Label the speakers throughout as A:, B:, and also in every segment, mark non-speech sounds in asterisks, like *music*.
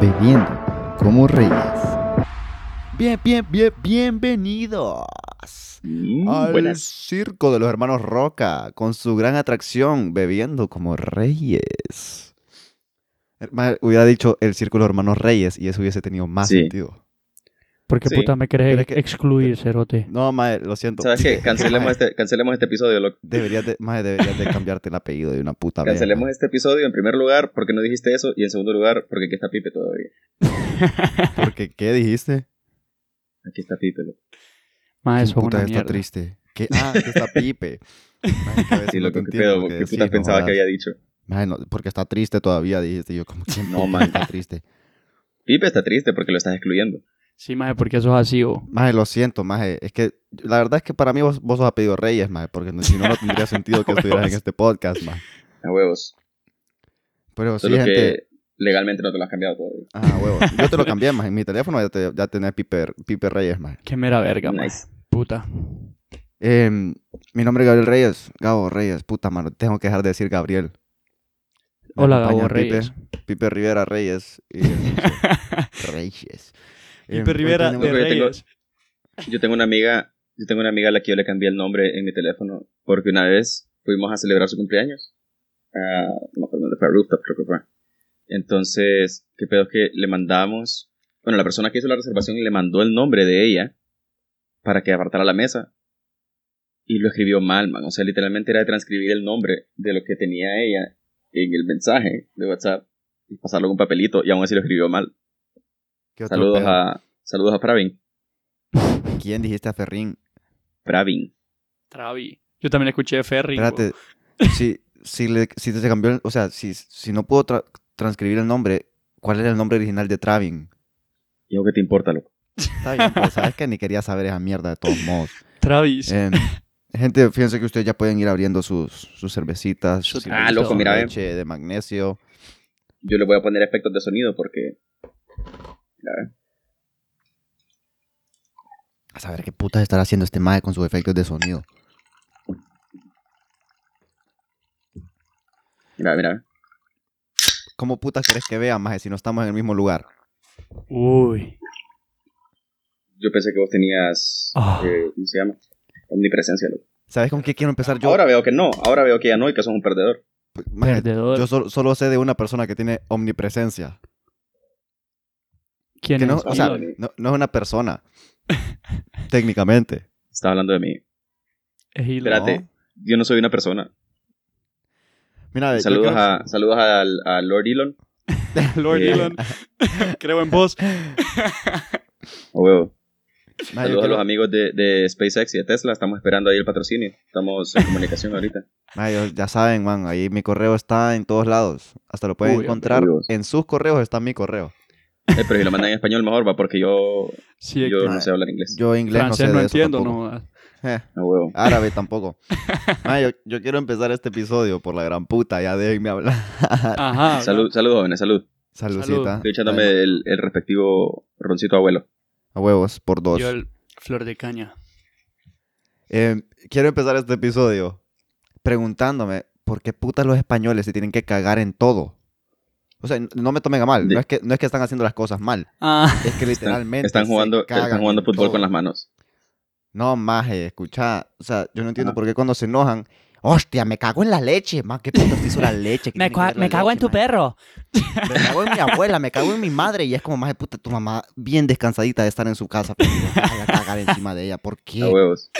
A: bebiendo como reyes. Bien, bien, bien, bienvenidos
B: Mm,
A: al
B: buenas.
A: circo de los hermanos Roca con su gran atracción bebiendo como reyes. Herma- Hubiera dicho el circo de los hermanos reyes y eso hubiese tenido más
B: Sí.
A: sentido.
C: ¿Por qué
B: Sí.
C: puta me querés
A: Pero
C: ex-
A: es que-
C: excluir, Cerote?
A: No, mae, lo siento. *laughs*
B: ¿Sabes qué? Cancelemos
A: Mae,
B: este, cancelemos este episodio, loco.
A: Deberías de, mae, deberías de cambiarte el apellido de una puta vez.
B: Cancelemos
A: mae.
B: este episodio en primer lugar porque no dijiste eso y en segundo lugar porque aquí está Pipe todavía.
A: Porque, ¿qué dijiste?
B: Aquí está Pipe, loco.
C: Más
A: ¿Quién
C: eso,
A: puta
C: una
A: está
C: mierda.
A: triste? ¿Qué? Ah, que está
B: *laughs*
A: Pipe. Mae, que a veces
B: Sí,
A: no
B: loco,
A: te
B: qué
A: entiendo
B: pedo,
A: lo
B: qué
A: decís,
B: putas
A: no
B: pensaba que
A: jodas.
B: había dicho.
A: Mae, no, porque está triste todavía, dijiste yo. Como, ¿quién
B: No,
A: puta
B: mae. *laughs*
A: está triste?
B: Pipe está triste porque lo estás excluyendo.
C: Sí, maje, porque eso es así, oh. vos.
A: Maje, lo siento, maje. Es que la verdad es que para mí vos, vos sos apellido Reyes, maje, porque no- si no, no tendría
B: *laughs*
A: sentido que estuvieras en
C: Huevos.
A: este podcast, maje.
B: A huevos.
A: Pero sí,
B: Solo que
A: gente.
B: legalmente no te lo has cambiado todavía.
A: Ah, huevo. Yo te
B: *laughs*
A: lo cambié, maje. En mi teléfono ya, te, ya tenía Pipe, Pipe Reyes, maje.
C: Qué mera verga, maje.
B: Nice.
C: Puta.
A: Eh, mi nombre es Gabriel Reyes. Gabo Reyes, puta mano. Tengo que dejar de decir Gabriel. Me
C: Hola,
A: acompaña
C: Gabo
A: Pipe-
C: Reyes.
A: Pipe Rivera Reyes. y-
B: *laughs*
A: Reyes. Eh, hoy tenemos-
B: de Reyes. Yo tengo una amiga, yo tengo una amiga a la que yo le cambié el nombre en mi teléfono porque una vez fuimos a celebrar su cumpleaños. Ah, no me acuerdo dónde fue, a Rooftop creo que fue. Entonces, qué pedo que le mandamos, bueno, la persona que hizo la reservación le mandó el nombre de ella para que apartara la mesa y lo escribió mal, man. O sea, literalmente era de transcribir el nombre de lo que tenía ella en el mensaje de WhatsApp y pasarlo en un papelito y aún así lo escribió mal.
A: ¿Qué otro
B: Saludos
A: pedo?
B: a, saludos a Pravin.
A: ¿Quién dijiste a Ferrín?
B: Pravin.
C: *laughs* Travi. Yo también escuché Ferry. bo.
A: Espérate, si, si, le, si te cambió, el- o sea, si, si no puedo tra- transcribir el nombre, ¿cuál era el nombre original de Travin?
B: Yo que te importa, loco.
A: Está bien, pues, sabes que ni quería saber esa mierda de todos modos.
C: Travis.
A: Em, gente, fíjense que ustedes ya pueden ir abriendo sus, sus cervecitas.
C: Su
A: si
C: Ah,
A: les
C: loco,
A: gusta,
B: mira, ve.
A: leche de magnesio.
B: Yo le voy a poner efectos de sonido porque.
A: A saber qué putas estará haciendo este mae con sus efectos de sonido.
B: Mira, mira.
A: ¿Cómo putas crees que vea, mae, si no estamos en el mismo lugar?
C: Uy.
B: Yo pensé que vos tenías.
C: Ah.
B: eh, ¿Cómo se llama? Omnipresencia, loco.
A: ¿Sabes con qué quiero empezar yo?
B: Ahora veo que no. Ahora veo que ya no y que sos un perdedor.
A: Mae,
C: Perdedor.
A: yo solo, solo sé de una persona que tiene omnipresencia.
C: ¿Quién
A: Que no,
C: es?
A: o sea,
C: Elon.
A: no, no es una persona. *laughs* técnicamente.
B: Estaba hablando de mí.
C: Es Elon.
B: Espérate.
A: No.
B: Yo no soy una persona.
A: Mira, yo
B: Saludos,
A: creo-
B: a, saludos al- a, Lord Elon.
C: *laughs* Lord
B: Eh.
C: Elon. *laughs* Creo en vos.
B: O Oh, huevo.
A: Mira, Ah, yo
B: Saludos a
A: creo-
B: los amigos de, de SpaceX y de Tesla. Estamos esperando ahí el patrocinio. Estamos en
A: *laughs*
B: comunicación ahorita.
A: Mira, yo- ya saben, man, ahí mi correo está en todos lados. Hasta lo pueden
C: Uy,
A: encontrar.
B: amigos.
A: En sus correos está mi correo.
B: Eh, pero si lo mandan en español, mejor va porque yo,
C: Sí,
B: yo
A: claro.
B: no sé hablar inglés.
A: Yo inglés no sé
C: francés no,
A: de eso
C: entiendo,
A: tampoco.
C: no. ah. jodas.
A: Eh,
B: No huevo.
A: árabe
C: *laughs*
A: tampoco. Mira, yo, yo quiero empezar este episodio por la gran puta, ya déjenme hablar. Ah,
C: Ajá.
A: *laughs*
B: Salud, salud, jóvenes, salud.
A: Salucita.
B: Estoy echándome el, el respectivo roncito abuelo.
A: A huevos, por dos.
C: Yo el flor de caña.
A: Eh, quiero empezar este episodio preguntándome por qué putas los españoles se tienen que cagar en todo. O sea, n- no me tomen a mal.
B: De-
A: No es, que, no es que están haciendo las cosas mal.
C: *laughs* Ah.
A: Es que literalmente.
B: Están
A: se
B: jugando,
A: cagan
B: están jugando
A: en
B: fútbol
A: todo.
B: con las manos.
A: No, maje, escucha. O sea, yo no entiendo
B: Ajá.
A: por qué cuando se enojan. Hostia, me cago en la leche. Más que putas te hizo la leche. ¿Qué tiene que ver la leche, maje?
C: *laughs* perro.
A: Me cago en mi abuela, me cago en mi madre. Y es como, maje, puta, tu mamá bien descansadita de estar en su casa. Pero te vas a cagar encima de ella. ¿Por qué?
B: *laughs* A huevos.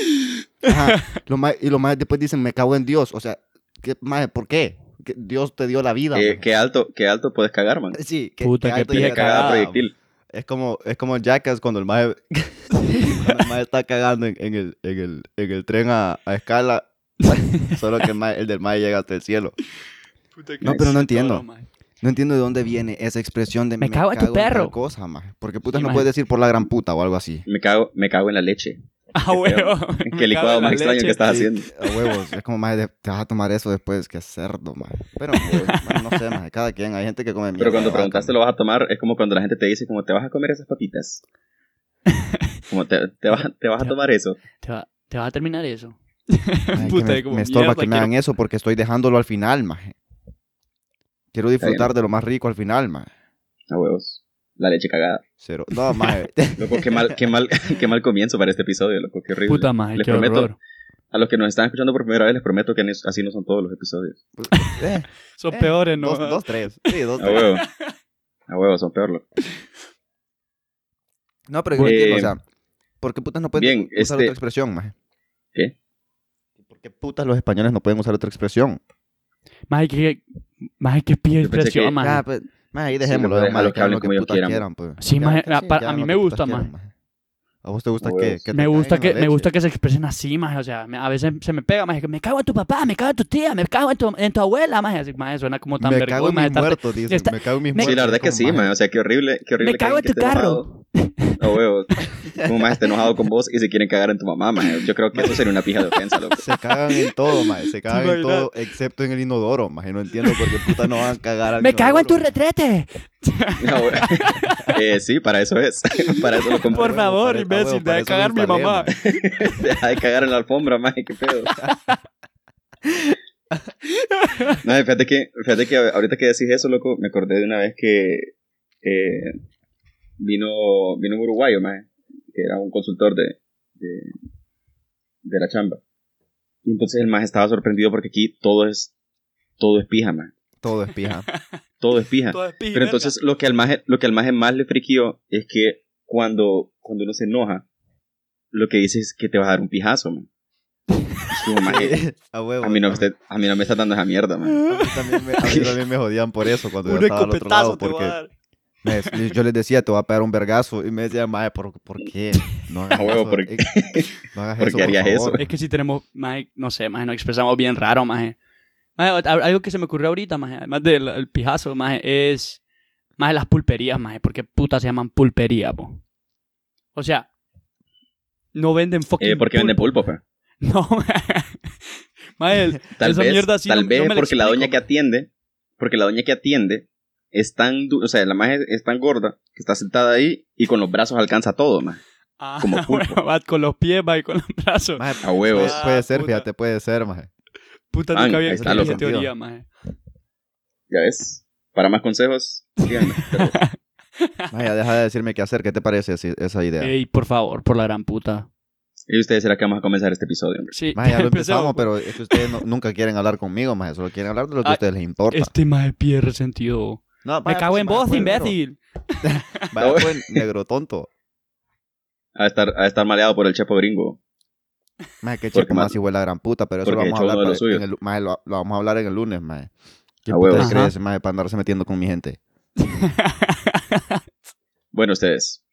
A: Ajá, los ma- y los más después dicen, me cago en Dios. O sea, ¿qué, maje, ¿por qué? Que Dios te dio la vida.
B: Eh,
A: maje.
B: qué alto, qué alto puedes cagar, man.
A: Sí, que,
C: Puta, qué
A: alto
C: pija
A: llega
B: Tiene
A: la
B: cagada
C: cagada.
B: proyectil.
A: Es como, es como Jackass cuando el maje, cuando el maje está cagando en, en el, en, el, en el tren a, a escala. *laughs* Solo que el, maje- el del maje llega hasta el cielo. No, pero no entiendo. No entiendo de dónde viene esa expresión de
C: Me cago en tu
A: tal
C: perro".
A: cosa, maje. Porque putas
C: Sí,
A: no
C: maje.
A: puedes decir por la gran puta o algo así.
B: Me cago, me cago en la leche.
C: Ah, huevo. *laughs* Me
B: Qué
C: cago
B: licuado
C: en
B: más
C: la
B: extraño
C: leche.
B: que estás
A: Sí,
B: haciendo.
A: A huevos, es como más de, te vas a tomar eso después que cerdo, maje. Pero huevos, maje, no sé, maje, cada quien, hay gente que come mierda
B: Pero cuando
A: de vaca,
B: preguntaste
A: maje.
B: lo vas a tomar, es como cuando la gente te dice, como te vas a comer esas
C: *laughs*
B: papitas. Como te, te vas, te vas a tomar eso.
C: Te va, te va a terminar *laughs* eso.
A: Ay, que
C: Puta,
A: me,
C: como
A: me estorba
C: mierda,
A: que me
C: quiero-
A: hagan eso porque estoy dejándolo al final, maje. Quiero
B: bien.
A: disfrutar de lo más rico al final, maje.
B: A huevos. La leche cagada.
A: Cero.
C: *laughs*
A: No, mae.
B: Loco, qué mal, qué mal, *laughs* qué mal comienzo para este episodio, loco, qué horrible.
C: Puta madre,
B: Les
C: qué
B: prometo.
C: horror.
B: A los que nos están escuchando por primera vez, les prometo que ni- así no son todos los episodios.
A: *laughs* Eh,
C: *laughs* Son
A: Eh,
C: peores, ¿no?
A: dos, dos, tres. Sí, dos,
B: A
A: tres.
C: *laughs*
B: huevo. A huevo, son peor, loco.
A: No, pero yo no
B: Eh,
A: entiendo, o sea, ¿por qué putas no pueden
B: bien,
A: usar
B: este-
A: otra expresión, maje?
B: ¿Qué?
A: ¿Por qué putas los españoles no pueden usar otra expresión?
C: Más que, más que pide
B: Yo pensé
C: expresión,
B: que-
C: maje.
A: Ah, pues, maje, ahí dejémoslo,
B: lo
A: dejo,
B: dejan
A: maje,
B: los
A: que hagan
B: cables
A: lo que
B: como ellos
A: putas
B: quieran.
A: quieran, pues.
C: Sí,
A: Que
C: maje,
A: hagan-
C: a-
A: que
C: para- a
A: hagan
C: mí
A: lo
C: me
A: que putas
C: gusta,
A: quieran,
C: maje.
A: ¿A vos te gusta
B: A
A: que,
B: huevos.
A: que te
C: me gusta
A: caigan
C: que
A: la
C: me gusta
A: leche?
C: que se expresen así más o sea me- a veces se me pega más que me cago en tu papá me cago en tu tía me cago en tu, en tu abuela más así más suena como tan
A: Me cago en mis
C: vergüenza
A: muertos, dice.
C: está-
A: Me cago en mis
C: me-
A: muertos.
B: Sí, la verdad es que
A: como,
B: sí, man. O sea, qué horrible, qué horrible. que
C: me cago en
B: alguien
C: tu
B: que esté enojado-
C: carro
B: A huevo. Como más esté enojado con vos y se quieren cagar en tu mamá, man. Yo creo que eso sería una pija de ofensa, loco. *laughs*
A: Se cagan en todo, maje.
C: *laughs*
A: Se cagan en
C: imaginas?
A: todo, excepto en el inodoro, maje. No entiendo por qué putas no van a cagar al
C: me cago en tu
A: inodoro.
C: retrete
B: A huevo. Eh, sí, para eso es. *laughs* Para eso lo
A: A
B: compré.
C: Por
A: huevo,
C: favor,
A: para- a
C: imbécil,
A: huevo,
C: deja
A: para eso
C: cagar
A: lo
C: mi
A: instalé,
C: mamá.
A: maje.
B: *laughs* Deja de cagar en la alfombra, man. Qué pedo. No, fíjate que, fíjate que ahorita que decís eso, loco, me acordé de una vez que eh, vino, vino un uruguayo, maje, que era un consultor de, de, de la chamba. Y entonces el más estaba sorprendido porque aquí todo es, todo es pija, maje.
A: Todo es
C: *laughs*
A: pija.
B: Todo es pija.
C: Todo es pija,
B: Pero entonces lo que al maje, lo que al maje más le friquió es que cuando, cuando uno se enoja, lo que dice es que te vas a dar un pijazo, man. Es
C: *laughs*
B: como, maje,
A: *laughs* A huevo.
B: a mí, no me
A: maje.
B: está- a mí no me está dando esa mierda, man.
A: A mí también me, a mí también me jodían por eso cuando yo estaba al otro lado, porque me- yo les decía, te voy a pegar un vergazo, y me decían, mae, ¿por, ¿por qué? No hagas
B: *laughs* A huevo,
A: eso,
B: ¿por
A: eh, no hagas
B: ¿Por
A: eso,
B: qué harías
A: favor". *laughs*
C: es que si tenemos más no sé más nos expresamos bien raro más algo que se me ocurrió ahorita más además del el pijazo más es más las pulperías más porque puta se llaman pulpería po? o sea no venden fucking
B: Eh, porque venden
C: pulpo.
B: pulpo, fe.
C: No, *laughs* Mael,
B: Tal
C: esa
B: vez,
C: mierda sí
B: tal
C: no-
B: vez
C: no me la
B: porque la
C: explico,
B: doña que
C: man.
B: atiende, porque la doña que atiende es tan, du- o sea, la maje es tan gorda que está sentada ahí y con los brazos alcanza todo, man.
C: Ah,
B: *laughs* como
C: bueno,
B: pulpo.
C: va con los pies, va y con los brazos.
A: Maje,
B: A huevos.
A: puede, puede ser,
C: Ah, puta.
A: fíjate, puede ser, maje.
C: Puta,
B: man,
C: nunca había
B: ahí
A: está,
C: escuchado esa
A: loco.
C: teoría, maje.
B: Ya ves. Para más consejos,
C: *laughs*
B: síganme. Pero-
A: Maje, ya deja de decirme qué hacer, ¿qué te parece si- esa idea?
C: Ey, por favor, por la gran puta.
B: y ustedes será que vamos a comenzar este episodio, hombre.
C: Sí,
A: Maje, ya lo
C: *laughs* empecemos,
A: empezamos,
C: pues.
A: pero es que ustedes no- nunca quieren hablar conmigo, maje, solo quieren hablar de lo que a
C: Ay,
A: ustedes les importa.
C: Este maje pie resentido.
A: No,
C: Me
A: maje,
C: cago
A: pues,
C: en
A: maje,
C: vos,
A: pues,
C: imbécil.
A: negro. *laughs* Maje, pues, negro tonto.
B: A estar, a estar maleado por el chapo gringo.
A: Maje, qué
B: Porque
A: chico más
B: ma-
A: hijo de la gran puta, pero eso lo
B: porque
A: vamos a
B: echó
A: hablar
B: uno de
A: para-
B: los suyos.
A: en el, maje, lo, lo vamos a hablar en el lunes, maje. ¿Qué
B: A
A: puta
B: huevos.
A: te crees, maje, para andarse metiendo con mi *laughs* gente?
B: Bueno, ustedes,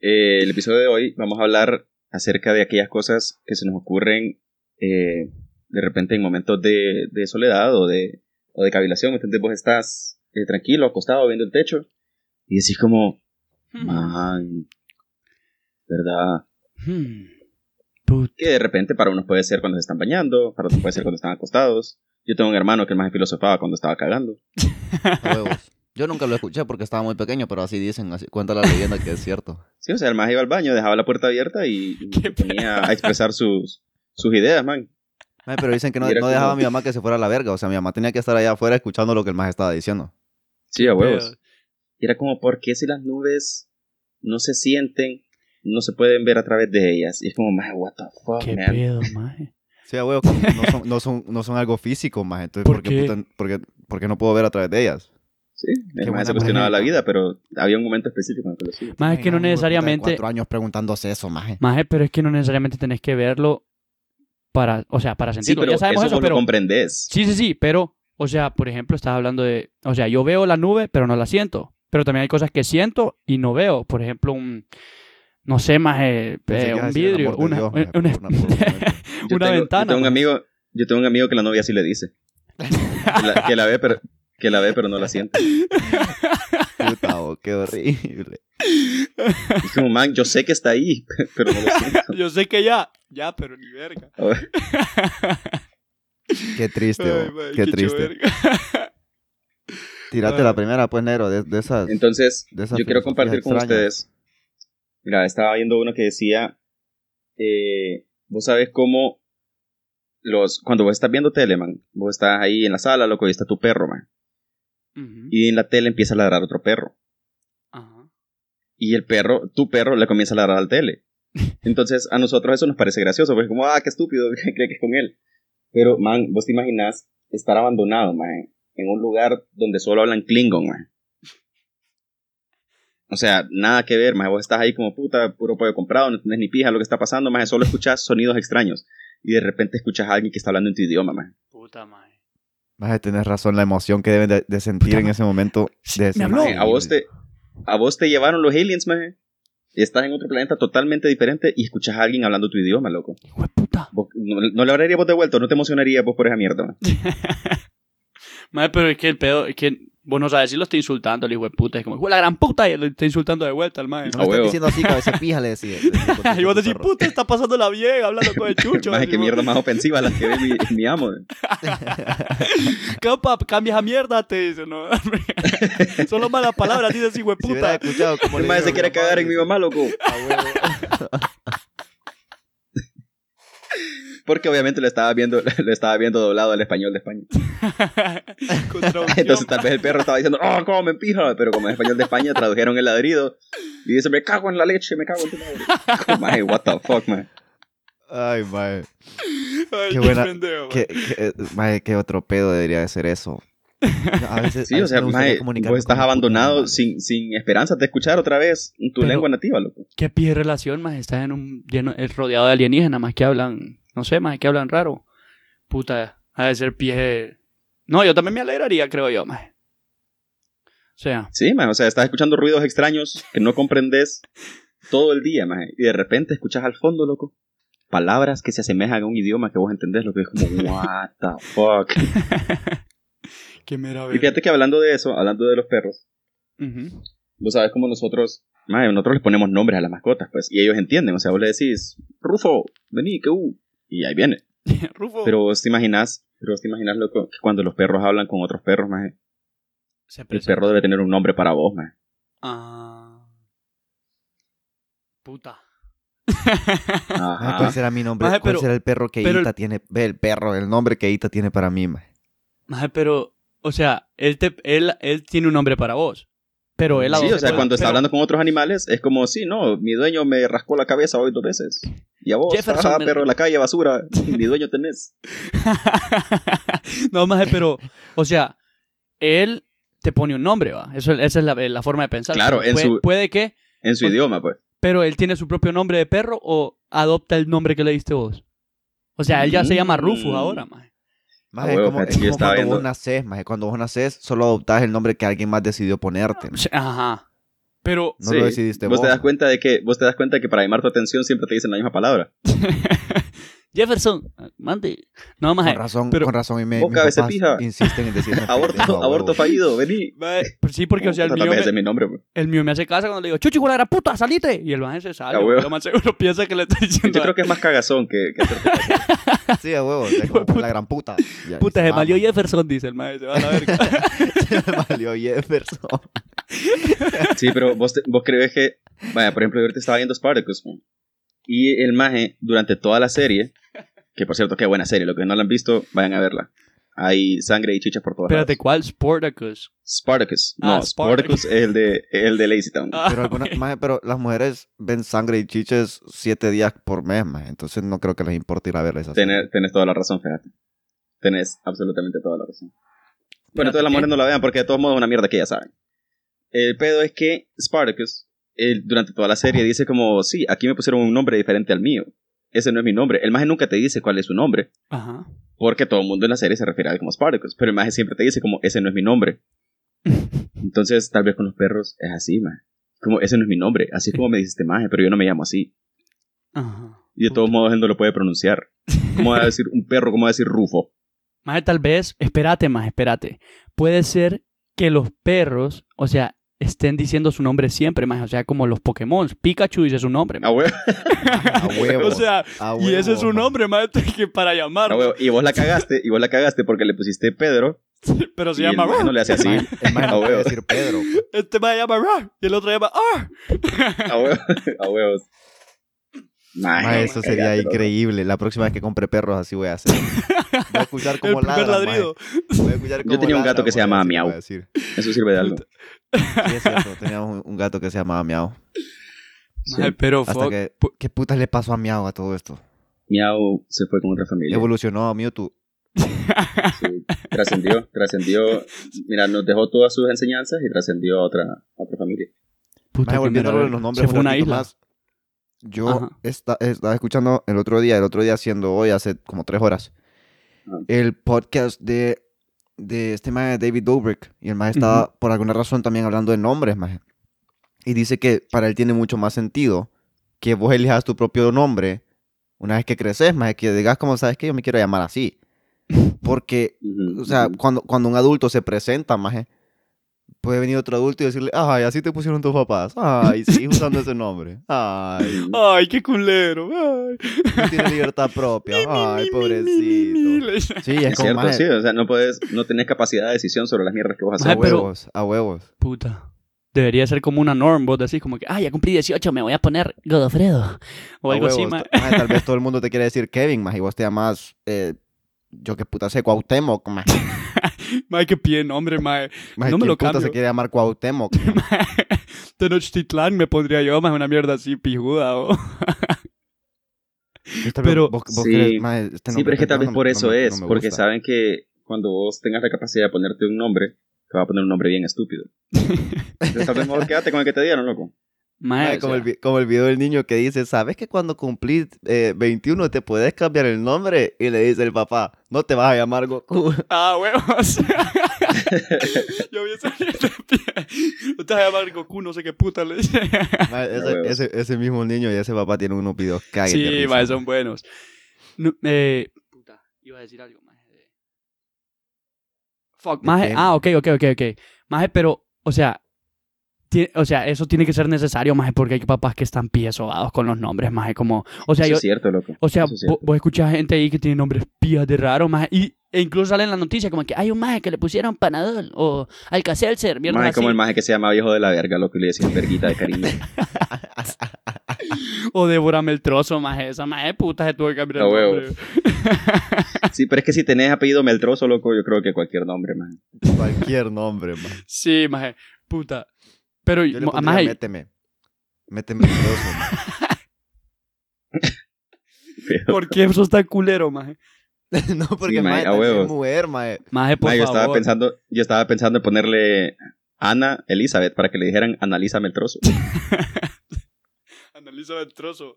B: eh, el episodio de hoy vamos a hablar acerca de aquellas cosas que se nos ocurren eh, de repente en momentos de, de soledad o de, o de cavilación. Entonces vos estás eh, tranquilo, acostado, viendo el techo y decís como, man, ¿verdad?
C: Hmm. Puta.
B: Que de repente para unos puede ser cuando se están bañando, para otros puede ser cuando están acostados. Yo tengo un hermano que el más filosofaba cuando estaba cagando.
A: A huevos. Yo nunca lo escuché porque estaba muy pequeño, pero así dicen, así cuenta la leyenda que es cierto.
B: Sí, o sea, el más iba al baño, dejaba la puerta abierta y, y
C: Qué
B: se ponía a expresar sus, sus ideas, man.
A: Mae, pero dicen que no,
B: Y era
A: no dejaba a
B: como-
A: mi mamá que se fuera a la verga, o sea, mi mamá tenía que estar allá afuera escuchando lo que el más estaba diciendo.
B: Sí, a huevos.
C: Pero-
B: Y era como, ¿por qué si las nubes no se sienten, no se pueden ver a través de ellas? Y es como, man, what the fuck,
C: Qué
B: man.
C: pedo,
A: *laughs*
C: maje.
A: Sí, a huevo, como que no son, no son, no son algo físico, más entonces, ¿por
C: ¿Por
A: qué,
C: qué?
A: puta- por qué- por qué no puedo ver a través de ellas?
B: Sí, es
A: buena
B: más, se cuestionaba
A: manera.
B: la vida, pero había un momento específico en el que lo hacía.
C: Maje, es
A: Ay, hijo de
C: que no
A: puta, de
C: necesariamente...
A: Cuatro años preguntándose eso, maje.
C: Maje, pero es que no necesariamente tenés que verlo para... O sea, para
B: Sí,
C: sentirlo.
B: pero
C: ya
B: eso,
C: sabemos eso,
B: vos
C: pero...
B: lo
C: *laughs*
B: comprendés.
C: Sí, sí, sí, pero, o sea, por ejemplo, estás hablando de, o sea, yo veo la nube, pero no la siento. Pero también hay cosas que siento y no veo. Por ejemplo, un, no sé, más, eh,
A: Pensé que
C: eh,
A: ibas a
C: un
A: decir el
C: vidrio,
A: amor de
C: una,
A: Dios,
C: un-
A: maje, por
C: una-
A: una- por un momento.
B: Yo
C: una
B: tengo-
C: ventana,
B: Yo tengo, un
C: pues.
B: amigo, yo tengo un amigo que la novia sí le dice. que, la, que la ve, pero... Que la ve, pero no la siente.
A: Puta, oh, *laughs* qué horrible.
B: Es como, man, yo sé que está ahí, *laughs* pero no lo siento.
C: *laughs* yo sé que ya, ya, pero ni verga.
B: A ver,
A: Qué triste,
C: Ay,
A: oh,
C: maje,
A: qué
C: qué
A: triste.
C: choverga.
A: Tírate
C: Ay.
A: la primera, pues, negro, de, de esas.
B: Entonces,
A: de esas
B: yo quiero
A: filosofías
B: compartir con
A: extrañas.
B: ustedes. Mira, estaba viendo uno que decía, eh, vos sabes cómo los, cuando vos estás viendo tele, man, vos estás ahí en la sala, loco, y está tu perro, man,
C: *laughs* Ujú.
B: y en la tele empieza a ladrar otro perro.
C: Ajá.
B: y el perro, tu perro, le comienza a ladrar al tele. Entonces, a nosotros eso nos parece gracioso, porque es como, ah, qué estúpido, *laughs* ¿qué cree que es con él? Pero, man, vos te imaginas estar abandonado, man, en un lugar donde solo hablan Klingon, man. O sea, nada que ver, más vos estás ahí como puta, puro pollo comprado, no entendés ni pija lo que está pasando, más solo escuchas sonidos extraños y de repente escuchas a alguien que está hablando en tu idioma, más.
C: Puta madre.
A: Vas a tener razón, la emoción que deben de, de sentir en ese momento. De
C: me
A: ese-
C: habló.
B: a vos te a vos te llevaron los aliens, más. Y estás en otro planeta totalmente diferente y escuchas a alguien hablando tu idioma, loco.
C: Hijo de puta.
B: Vos- no, no le hablarías vos de vuelta, no te emocionarías vos por esa mierda, man.
C: Madre, pero es que el pedo, es que vos no sabes si lo está insultando el hijo de puta. Es como, hijo de la gran puta, y lo está insultando de vuelta al madre.
B: A
A: No me
B: huevo.
A: estás diciendo así, cabeza pija, le decís. *laughs*
C: *laughs* y vos decís, puta, está pasando la vieja hablando con el chucho.
B: Más
C: Así
B: que
C: como,
B: mierda más ofensiva las que ve mi, mi *laughs* amo.
C: Capa, cambias a mierda, te dice, ¿no? *laughs* Solo malas palabras, dices, hijo de
A: Si hubieras
C: puta.
A: escuchado cómo
B: *laughs* El
A: le
B: mae se
A: dijo
B: quiere
A: mi mamá,
B: cagar en mi
A: dice,
B: mamá, loco.
A: *laughs* "A huevo".
B: Porque obviamente lo estaba viendo, *laughs* lo estaba viendo doblado al español de España.
C: *laughs*
B: *laughs*
C: Con
B: Entonces
C: traducción.
B: tal vez el perro estaba diciendo, oh, cómo me pija. Pero como es español de España, tradujeron el ladrido. Y dice, me cago en la leche, me cago en tu madre. Como, "Mae, what the fuck, man.
A: Ay, mae.
C: Ay,
A: qué buena-
C: pendejo,
A: Qué, qué- mae, qué otro pedo debería de ser *laughs* eso. A veces,
B: Sí, o sea, mae,
A: mae,
B: vos estás abandonado sin, sin esperanzas de escuchar otra vez en tu
C: Pero-
B: lengua nativa, loco.
C: ¿Qué pide relación, más? Estás en un lleno, eh, rodeado de alienígenas, más que hablan, no sé, más que hablan raro. Puta, ha de ser pie. No, yo también me alegraría, creo yo, más. O sea,
B: Sí, man, o sea, estás escuchando ruidos extraños que no comprendes todo el día, man. Y de repente escuchas al fondo, loco, palabras que se asemejan a un idioma que vos entendés, lo que es como, what the fuck.
C: qué mera
B: Y fíjate que hablando de eso, hablando de los perros,
C: Ujú.
B: vos sabes cómo nosotros, madre, nosotros les ponemos nombres a las mascotas, pues, y ellos entienden, o sea, vos le decís, Rufo, vení, que uh, y ahí viene.
C: *laughs* Rufo,
B: Pero vos te imaginás, pero vos te imaginás, loco, que cuando los perros hablan con otros perros, maje,
C: se
B: el
C: presenta.
B: perro debe tener un nombre para vos, maje.
C: Ah. Puta.
B: Ajá.
A: ¿Cuál será mi nombre?
C: Mae,
A: ¿Cuál
C: Ah. pero-
A: será el perro que
C: pero el-
A: Ita tiene? Ve, el perro, el nombre que Ita tiene para mí,
B: Ah,
A: mae.
C: Maje, pero, o sea, él, te, él, él tiene un nombre para vos. Pero él
B: Sí, o sea, cuando está
C: pero-
B: hablando con otros animales, es como, sí, no, mi dueño me rascó la cabeza hoy dos veces. Y a vos,
C: Jefferson,
B: ajá,
C: me-
B: perro de la calle,
C: *laughs*
B: basura, mi dueño tenés.
C: *laughs* no, maje, pero, o sea, él te pone un nombre, ¿va? Eso, esa es la, la forma de pensar.
B: Claro, en
C: puede,
B: su-
C: puede que,
B: En su
C: Pues-
B: idioma, pues.
C: pero él tiene su propio nombre de perro o adopta el nombre que le diste vos. O sea, él ya se llama Rufus
B: Mm.
C: ahora, maje.
A: Mae, es
B: huevo,
A: como,
B: fíjate
A: es
B: que yo
A: como
B: estaba
A: cuando vos
B: viendo-
A: nacés, mae. Cuando vos nacés, solo adoptás el nombre que alguien más decidió ponerte.
C: O sea, Ajá. Pero,
A: No
B: Sí.
A: lo decidiste
B: vos.
A: vos.
B: te das cuenta de que, vos te das cuenta de que para llamar tu atención siempre te dicen la
A: *laughs*
B: misma palabra.
C: Jefferson, ah, mande. No, maje.
A: Con razón,
C: pero-
A: con razón. Y me,
B: Vos
A: mis
B: cabeza
A: papás
B: pija.
A: insisten en decirme.
B: *laughs* Aborto,
A: pendejo, a
B: aborto
A: huevo.
B: fallido, vení.
C: Maje, pues Sí, porque, o sea, el
B: Puta,
C: mío,
B: también
C: me,
B: ese es mi nombre,
C: *laughs*
B: pues.
C: el mío me hace casa cuando le digo, chuchu, hijo de la gran puta, salite. Y el maje se sale.
B: A huevo.
C: Lo más seguro *laughs* piensa que le está diciendo.
B: Yo creo que es más cagazón que, que
C: *laughs*
B: hacerte caso.
A: Sí, a huevo. ya como
C: puta.
A: la gran puta. Ya,
C: Puta,
A: y
C: se
A: va,
C: valió
A: mae.
C: Jefferson, dice el maje. Se va a
B: *laughs*
C: la verga.
A: *laughs* Se me valió Jefferson.
B: Sí, pero vos, te- vos crees que. Vaya, por ejemplo, yo ahorita estaba viendo Spartacus. man. Y el Maje, durante toda la serie, que por cierto, qué buena serie, los que no la han visto, vayan a verla. Hay sangre y chichas por todas
C: Espérate,
B: partes.
C: ¿cuál? Sportacus.
B: Spartacus. No,
C: Ah, Spartacus.
B: Spartacus es el de, el de Lazy Town.
C: Ah,
A: Pero, alguna-
C: *laughs* ok.
A: mae, pero las mujeres ven sangre y chiches siete días por mes, mae. Entonces no creo que les importe ir a verles así.
B: Tener- tenés toda la razón, fíjate. Tenés absolutamente toda la razón. Bueno,
C: Espérate,
B: todas las
C: ¿qué?
B: mujeres no la vean porque de todos modos es una mierda que ya saben. El pedo es que Spartacus, él, durante toda la serie, dice como, sí, aquí me pusieron un nombre diferente al mío. Ese no es mi nombre. El Maje nunca te dice cuál es su nombre.
C: Ajá. *laughs*
B: Porque todo el mundo en la serie se refiere a él como Spartacus, pero el maje siempre te dice como, ese no es mi nombre. Entonces, tal vez con los perros es así, maje. Como, ese no es mi nombre, así es como me dijiste maje, pero yo no me llamo así.
C: Ajá.
B: Y de todos modos él no lo puede pronunciar. ¿Cómo va a decir un perro? ¿Cómo va a decir Rufo?
C: Maje, tal vez, espérate, más, espérate. Puede ser que los perros, o sea, estén diciendo su nombre siempre, más, o sea, como los Pokémon. Pikachu dice su nombre.
B: Ah, huevo,
A: A huevo.
C: *laughs* o sea,
A: a
C: y ese es
A: Ah, huevo,
C: su
A: mae.
C: nombre, más, *laughs* que para llamar.
B: ah, huevo. Y vos la cagaste, y vos la cagaste porque le pusiste Pedro.
C: Pero se
B: y el
C: llama
B: maje *laughs* no le hace así.
A: El mae- el mae
B: A
A: no puede
B: huevo.
A: decir Pedro.
B: Ah,
C: Este más llama Ra y el otro llama Ar.
B: A huevo, a huevo. Maje,
A: Maje, eso
B: maje,
A: sería
B: cagate, loco.
A: increíble. La próxima vez que compre perros, así voy a
B: *laughs*
A: hacer. Voy a escuchar como
C: el primer ladrido.
A: Voy a escuchar
B: Yo
A: cómo
B: tenía un
A: ladra,
B: gato que se
A: voy a
B: llamaba
A: decir,
B: Miau.
A: voy a decir.
B: Eso sirve de algo.
A: Sí, es cierto. Teníamos un, un gato que se llamaba Miau.
B: Sí.
C: Maje, pero
A: Hasta
C: fuck.
A: que... pu- ¿Qué putas le pasó a Miau a todo esto?
B: Miau se fue con otra familia.
A: Evolucionó a Mewtwo.
B: Sí, trascendió, trascendió. Mira, nos dejó todas sus enseñanzas y trascendió a otra, a otra familia.
C: Puta,
A: Maje,
C: que
A: volviendo a lo
C: mira,
A: de los nombres
C: Se fue
A: un
C: una
A: ratito
C: isla.
A: más. Yo
C: Ajá.
A: esta- estaba escuchando el otro día, el otro día haciendo hoy, hace como tres horas,
B: Ah.
A: el podcast de, de este mae David Dobrik. Y el mae estaba, por alguna razón, también hablando de nombres, mae. Y dice que para él tiene mucho más sentido que vos elijas tu propio nombre una vez que creces, mae. Que digas como, ¿sabes que Yo me quiero llamar
C: *laughs*
A: así. Porque
B: Ujú,
A: o sea,
B: ujú.
A: cuando, cuando un adulto se presenta, maje, puede venir otro adulto y decirle, ay, así te pusieron tus papás. Ay,
B: *laughs*
A: sí, usando ese nombre. Ay,
B: Ujú.
C: Ay, qué culero. Ay.
A: no tiene libertad
B: *laughs*
A: propia. Ay,
C: Mi, mi, mi,
A: pobrecito.
C: le-
A: Sí, es
B: Es
A: como,
B: cierto,
A: maje,
B: sí. O sea, no puedes, no tenés capacidad de decisión sobre las mierdas que vos
A: a
C: Maje,
B: haces.
C: pero-
A: huevos, a huevos.
C: Puta. Debería ser como una norm, vos decís como que, ah, ya cumplí 18, me voy a poner Godofredo. O
A: a
C: algo así,
A: huevos.
C: maje.
A: Ta- maje, Tal vez todo
B: *laughs*
A: el mundo te quiere decir Kevin, maje, y vos te llamas, eh, yo qué puta sé, Cuauhtémoc, maje.
C: Maje, qué pie nombre, maje.
A: Maje,
C: No me
A: ¿quién
C: lo
A: puta
C: cambio.
A: se quiere llamar Cuauhtémoc?
C: Tenochtitlán me pondría yo, maje, una mierda así pijuda. o-
A: Tal vez
C: Pero-
A: vos- vos
B: Sí.
A: querés, maje, este
B: sí,
A: nombre
B: pero es que tal
A: no
B: vez
A: me-
B: por
A: no
B: eso
A: me- no
B: es.
A: me
B: porque
A: gusta.
B: saben que cuando vos tengas la capacidad de ponerte un nombre, te va a poner un nombre bien estúpido. Entonces, tal vez mejor quédate con el que te dieron, loco.
C: Maje,
A: Ay,
C: o
A: como,
C: sea,
A: el, vi- como el video del niño que dice, ¿sabes que cuando cumplís eh, 21 te puedes cambiar el nombre? Y le dice el papá, no te vas a llamar Goku. *laughs*
C: Ah, huevos. *laughs* yo vi esa mierda, pie. No te vas a llamar Goku, no sé qué puta le dice.
A: Ma, ese,
B: huevos.
A: ese- ese mismo niño y ese papá tienen unos videos caguen de
C: Sí,
A: risa.
C: maje, son buenos. No, eh, puta, iba a decir algo, maje. de- Fuck,
A: ¿De
C: maje.
A: qué?
C: Ah, ok, ok, ok, ok. Maje, pero, o sea, ti- o sea, eso tiene que ser necesario, maje, porque hay papás que están piezobados con los nombres, maje, como, o sea,
B: Eso
C: yo,
B: es cierto, loco.
C: o sea,
B: Eso es cierto.
C: vo- vos escuchás gente ahí que tiene nombres pías de raro, maje, y e incluso sale en la noticia como que hay un maje que le pusieron Panadol o Alcacelser, mierda
B: Maje
C: así.
B: como el maje que se llama viejo de la verga, loco, y le decían verguita de
C: *laughs*
B: cariño.
C: O Devorame el trozo, maje, esa maje puta se tuvo que cambiar
B: A
C: el
B: huevo.
C: nombre.
B: Sí, pero es que si tenés apellido Meltroso, loco, yo creo que cualquier nombre, maje.
A: Cualquier nombre, ma.
C: Sí, maje, puta. Pero,
A: Yo le
C: mo-
A: pondría,
C: maje,
A: méteme. Méteme el trozo, ma.
C: ¿Por qué sos tan culero, maje?
A: No, porque
B: Sí, ma,
A: ma,
B: a
A: también
B: huevo.
A: es mujer, ma. eh.
C: Maje, por
B: Maje, yo
C: favor.
B: estaba pensando, yo estaba pensando en ponerle Ana Elizabeth para que le dijeran Analízame
C: *laughs*
B: Meltroso.
C: Analiza el trozo.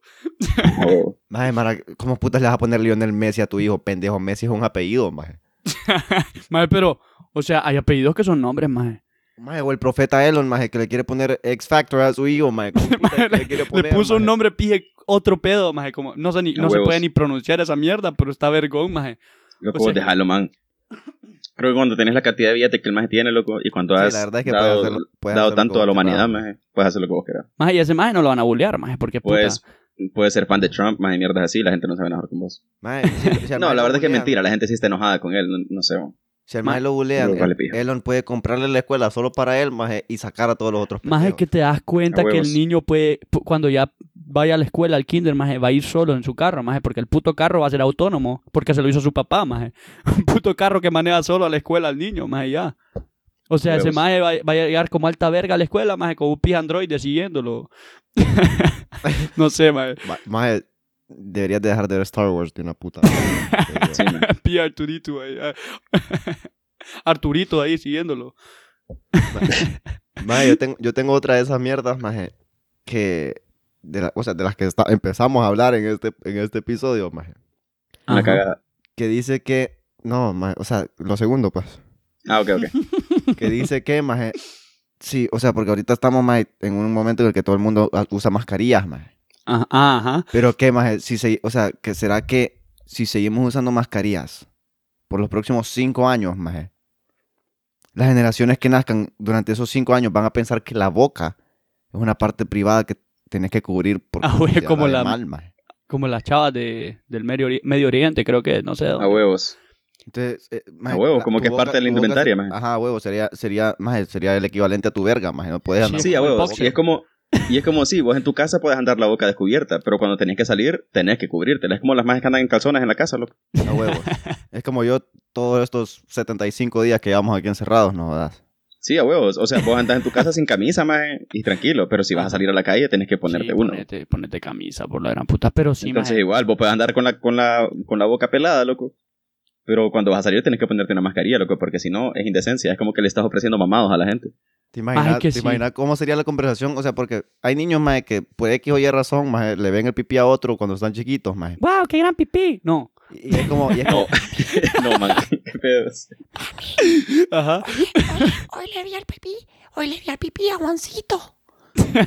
B: Oh,
A: Ma, mara, ¿cómo putas le vas a poner Lionel Messi a tu hijo, pendejo? Messi es un apellido, ma.
C: Maje, pero, o sea, hay apellidos que son nombres, maje.
A: Ma, o el profeta Elon, ma, que le quiere poner X Factor a su hijo, ma. ¿Cómo putas
C: Maje,
A: le, quiere
C: Le
A: poner,
C: puso un
A: maje?
C: nombre, pije, otro pedo, maje. Como, no sé ni,
B: A
C: no se
B: huevos.
C: puede ni pronunciar esa mierda, pero está vergón, maje.
B: loco,
C: O sea-
B: déjalo, man. Creo que cuando tenés la cantidad de billete que el maje tiene, loco, y cuando
A: Sí,
B: has
A: la verdad es que
B: dado,
A: puedes hacerlo- puedes
B: dado
A: hacer lo que
B: tanto
A: vos
B: a la
A: querrás,
B: humanidad,
A: ma.
B: maje, puedes hacer lo que vos quieras.
C: Maje, y ese maje no lo van a bullear, maje, porque puta.
B: Pues, puedes ser fan de Trump, más mierdas así, la gente no se va a enojar con vos.
A: Mae, si- si al
B: No,
A: mae
B: la
A: lo
B: verdad es que es
A: bulean-
B: mentira, la gente sí está enojada con él, no, no sé. man.
A: Si al
C: Ma-
A: mae lo bulean,
B: Pero vale,
A: el-
B: pija.
A: Elon puede comprarle la escuela solo para él, maje, y sacar a todos los otros.
C: Maje,
A: pendejos.
C: que te das cuenta
B: A
C: que el
B: huevos.
C: niño puede, pu- cuando ya vaya a la escuela, al kinder, maje, va a ir solo en su carro, maje, porque el puto carro va a ser autónomo, porque se lo hizo su papá, maje. *laughs* Un puto carro que maneja solo a la escuela al niño, maje, ya. O sea, ese
B: Huevos.
C: maje va, va a llegar como alta verga a la escuela, maje, con un pija androide siguiéndolo. *laughs* no sé, maje.
A: Ma- maje, deberías dejar de ver Star Wars de una puta. vez.
B: *laughs* Sí, man.
C: *laughs* Pija Arturito ahí. ah. *laughs* Arturito ahí siguiéndolo.
A: Maje, yo tengo, yo tengo otra de esas mierdas, maje, que. De la- o sea, de las que está- empezamos a hablar en este, en este episodio, maje.
B: Una
C: Ajá.
B: cagada.
A: Que dice que. No, maje, o sea, lo segundo, pues.
B: Ah, ok, ok.
A: Que dice que, maje. Sí, o sea, porque ahorita estamos, maje, en un momento en el que todo el mundo ah, usa mascarillas, maje.
C: Ajá, Ah, ajá.
A: Pero qué más, si se, o sea, que será que si seguimos usando mascarillas por los próximos cinco años, maje, las generaciones que nazcan durante esos cinco años van a pensar que la boca es una parte privada que tenés que cubrir por
C: Ah, güey, como la-
A: mal, maje.
C: Como las chavas de, del Medio, Ori- Medio Oriente, creo que, no sé.
B: A
C: dónde.
B: huevos.
A: Entonces, eh, maje,
B: huevo,
A: la-
B: como
A: tu
B: que es parte de la
A: tu boca se-
B: indumentaria, maje.
A: Ajá, a huevo, sería, sería, maje, sería el equivalente a tu verga, maje, no puedes andar
B: Sí, a
A: con la
B: huevos.
A: boca.
B: Y es como, Y es como, sí, vos en tu casa puedes andar la boca descubierta, pero cuando tenés que salir, tenés que cubrirte. Es como las más que andan en calzones en la casa, loco.
A: A huevo. es como yo todos estos 75 días que llevamos aquí encerrados, no jodas.
B: Sí, a huevos. O sea, vos andás en tu casa sin camisa, maje, y tranquilo, pero si vas a salir a la calle, tenés que ponerte
C: Sí,
B: uno.
C: Ponete, ponete camisa por la gran puta, pero sí,
B: Entonces,
C: maje.
B: igual, vos puedes andar con la, con, la, con la boca pelada, loco. Pero cuando vas a salir, tenés que ponerte una mascarilla, loco, porque si no, es indecencia. Es como que le estás ofreciendo mamados a la gente.
A: ¿Te imaginas,
C: que
A: te
C: sí.
A: imaginas cómo sería la conversación? O sea, porque hay niños, mae, que por X o Y razón, mae, le ven el pipí a otro cuando están chiquitos, mae.
C: ¡Wow, qué gran pipí! No.
A: Y es como, y es como,
B: *laughs*
D: *laughs*
B: No, man. qué pedos.
C: Ajá.
E: Hoy, hoy le vi al pipí, hoy le vi al pipí a Juancito.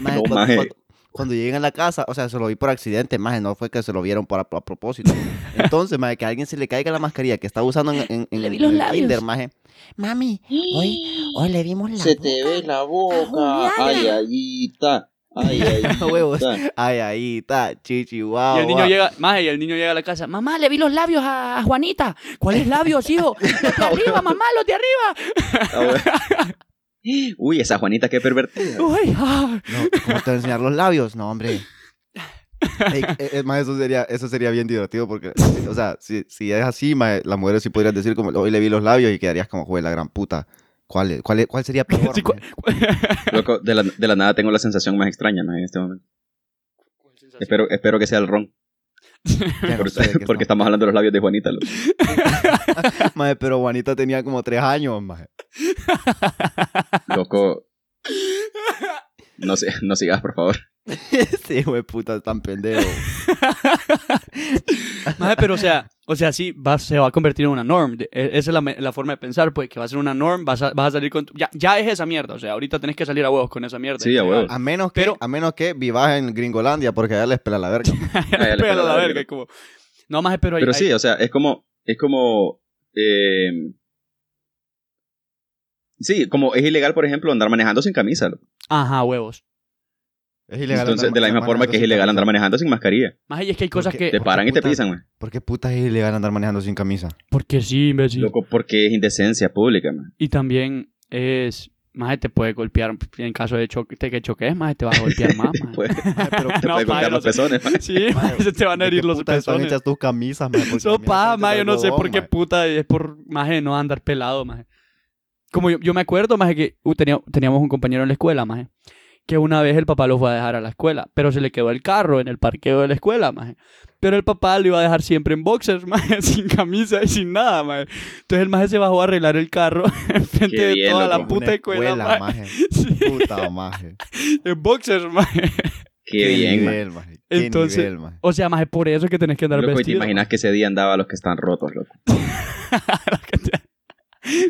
A: mae,
B: No,
A: cuando,
B: mae.
A: cuando- cuando llegan a la casa, o sea, se lo vi por accidente, mae, no fue que se lo vieron por a, a propósito. Entonces, mae, que a alguien se le caiga la mascarilla que está usando en, en, en-
E: Le vi los
A: en el
E: labios.
A: kinder, mae.
E: Mami, hoy, hoy le vimos la
D: Se te
E: boca
D: ve la
E: a
D: boca.
E: Juliana.
D: Ay, ayita. Ay, ayita.
A: Huevos. Ay, ahí está, chichi, guau,
C: Y
B: Ah,
C: el niño
A: guau.
C: llega, maje, y el niño llega a la casa. Mamá, le vi los labios a, a Juanita. ¿Cuáles labios,
B: *laughs*
C: hijo? Los de arriba, mamá, los de arriba.
B: *laughs* A ver. Uy, esa Juanita qué pervertida.
C: Uy, ah.
A: No, ¿cómo te voy a enseñar los labios? No, hombre. Ey, eh, es más, eso sería, eso sería bien divertido porque, o sea, si, si es así, mae, las mujeres sí podrían decir como, hoy le vi los labios y quedarías como, joder, la gran puta. ¿Cuál, es- cuál, es- cuál sería peor?
C: Sí, cu-
A: mae?
B: Loco, de la, de la nada tengo la sensación más extraña ¿no? en este momento. Espero, espero que sea el ron,
A: Ya no
B: por-
A: sé de qué
B: porque estamos hablando de los labios de Juanita.
D: *laughs*
B: loco.
A: *laughs* Mae, pero Juanita tenía como tres años,
B: *laughs*
A: mae.
B: Loco. No, sé, no sigas, por favor.
A: Sí, Este hijo de puta, es tan pendejo.
C: Maje, pero o sea, o sea, sí, va- se va a convertir en una norm. De- e- Esa es la, me- la forma de pensar, pues, que va a ser una norm, vas a, vas a salir con... tu- Ya, ya es esa mierda, o sea, ahorita tenés que salir a huevos con esa mierda.
B: Sí, a
C: *laughs*
B: huevos.
A: A menos que,
C: Pero-
A: a menos que vivas en Gringolandia porque allá les pela la verga.
B: Ah, ya le
C: Pero
B: pela
C: la
B: la
C: verga,
B: verga.
C: y como... No, más pero, hay-
B: Pero sí,
C: hay-
B: o sea, es como. Es como. eh, sí, como es ilegal, por ejemplo, andar manejando sin camisa. loco.
C: Ajá, huevos.
A: Es ilegal.
B: Entonces,
A: andar-
B: de la misma
A: andar
B: forma que es
A: manejando
B: ilegal
A: sin
B: andar
A: camisa.
B: manejando sin mascarilla.
C: Más y es que hay cosas
A: Porque-
C: que...
B: Te
A: ¿Por qué
B: paran y te
A: putas?
B: pisan, güey.
A: ¿Por qué puta es ilegal andar manejando sin camisa?
C: Porque sí, imbécil.
B: Loco, porque es indecencia pública, man.
C: Y también es... Más te puede golpear en caso de choque, de que choques, más te vas a
A: *laughs*
C: golpear más. maje.
B: Pues, te
A: Mae, pero
C: No,
B: puede
C: maje,
B: golpear
C: no
B: los
C: sé.
B: pezones,
C: *laughs*
B: man.
C: Sí, maje, se te van a
A: ¿De
C: herir
A: qué
C: los
A: puta Están
C: pezones.
A: hechas tus camisas, mae. Porque la mía
C: Sopa,
A: está hecha
C: ma,
A: de
C: yo no sé por
A: algodón,
C: qué
A: mae.
C: puta, es por, maje, no andar pelado, maje. Como yo, yo me acuerdo, maje, que uh, tenía- teníamos un compañero en la escuela, maje, que una vez el papá lo fue a dejar a la escuela, pero se le quedó el carro en el parqueo de la escuela, maje. Pero el papá lo iba a dejar siempre en boxers, *laughs* maje, sin camisa y sin nada, maje. Entonces el maje se bajó a arreglar el carro *laughs* en frente
B: Qué
C: de
B: bien,
C: toda la
B: loco.
C: puta
A: Una
C: escuela, maje.
A: maje.
C: Sí,
A: Puta maje. *laughs*
C: en boxers, maje.
B: *laughs* Qué, bien, man.
A: nivel, maje. Qué
C: Entonces-
A: nivel, maje.
C: O sea, maje, por eso es que tenés que andar
B: Loco, y te
C: vestido. *laughs*
B: imaginas que ese día andaba a los que están rotos, loco.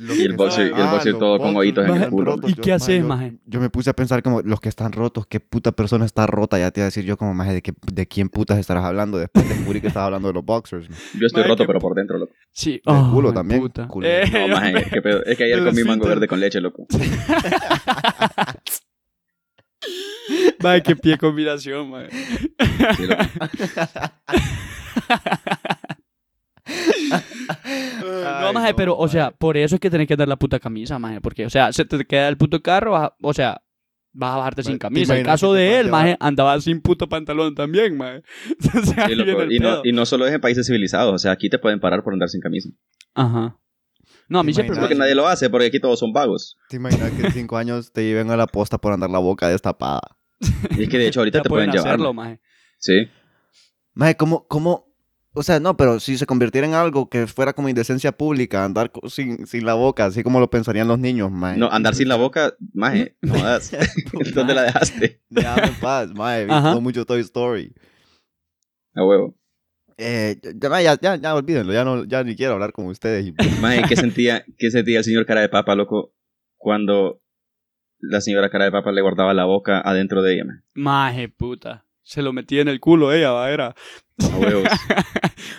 A: Los
B: Y el
A: que
B: boxer-
A: están-
B: y el boxer
A: los
B: todo con
A: boxers
B: hoyitos
C: en el
A: están
B: culo.
A: rotos.
C: ¿Y
A: Pues Yo-
C: qué haces,
A: yo-
C: maje?
A: Yo me puse a pensar como, los que están rotos, qué puta persona está rota. Ya te iba a decir yo como, maje, ¿de, qué, de quién putas estarás hablando? Después descubrí que estás hablando de los boxers,
C: *laughs*
A: maje.
B: Yo estoy
C: Mae,
B: roto,
C: qué
B: pero por dentro, loco.
C: Sí,
A: Del
C: Oh,
A: culo
C: mae,
A: también,
C: puta.
A: culo.
C: Eh,
B: No,
C: yo-
B: man,
C: *laughs*
B: qué pedo. Es que ayer
C: Pero
B: comí
C: sí,
B: mango
C: pero-
B: verde con leche, loco.
C: Madre, qué pie combinación, madre.
B: Sí, loco.
C: no, maje, pero, o sea, por eso es que tenés que dar la puta camisa, maje. Porque, o sea, se te queda el puto carro, vas a- o sea, vas a bajarte
A: Maje,
C: sin
A: ¿te
C: camisa. En
A: imaginas
C: caso
A: que te
C: de él,
A: puedan
C: maje, andaba sin puto pantalón también, maje. *laughs* O sea,
B: Sí,
C: ahí viene
B: loco.
C: el
B: Y, no,
C: pedo.
B: y no solo es en países civilizados, o sea, aquí te pueden parar por andar sin camisa.
C: Ajá. No, a mí
A: ¿Te
C: siempre
A: imaginas?
B: Porque
A: sí.
B: nadie lo hace, porque aquí todos son vagos.
A: ¿Te imaginas que en cinco años te lleven a la posta por andar la boca destapada?
B: Y es que de hecho ahorita
C: ya
B: te pueden, llevar.
C: hacerlo,
B: man.
C: maje.
B: Sí.
A: Mae, ¿cómo, cómo? O sea, no, pero si se convirtiera en algo que fuera como indecencia pública, andar co- sin, sin la boca, así como lo pensarían los niños, mae. *laughs*
B: No, andar sin la boca,
C: *laughs*
B: maje, no das. *laughs* ¿Dónde la dejaste?
A: Déjame en paz, mae. He
C: *laughs* Ajá.
A: visto mucho Toy Story.
B: A huevo.
A: Eh, ya, ya, ya, ya, olvídenlo, ya, no, ya ni quiero hablar con
C: *laughs*
A: ustedes. y-
B: Maje, ¿qué sentía, ¿qué sentía el señor cara de papa, loco, cuando la señora cara de papa le guardaba la boca adentro de ella, maje?
C: Maje, puta. Se lo metía en el culo ella, va, era.
B: A
C: *laughs*
B: huevos.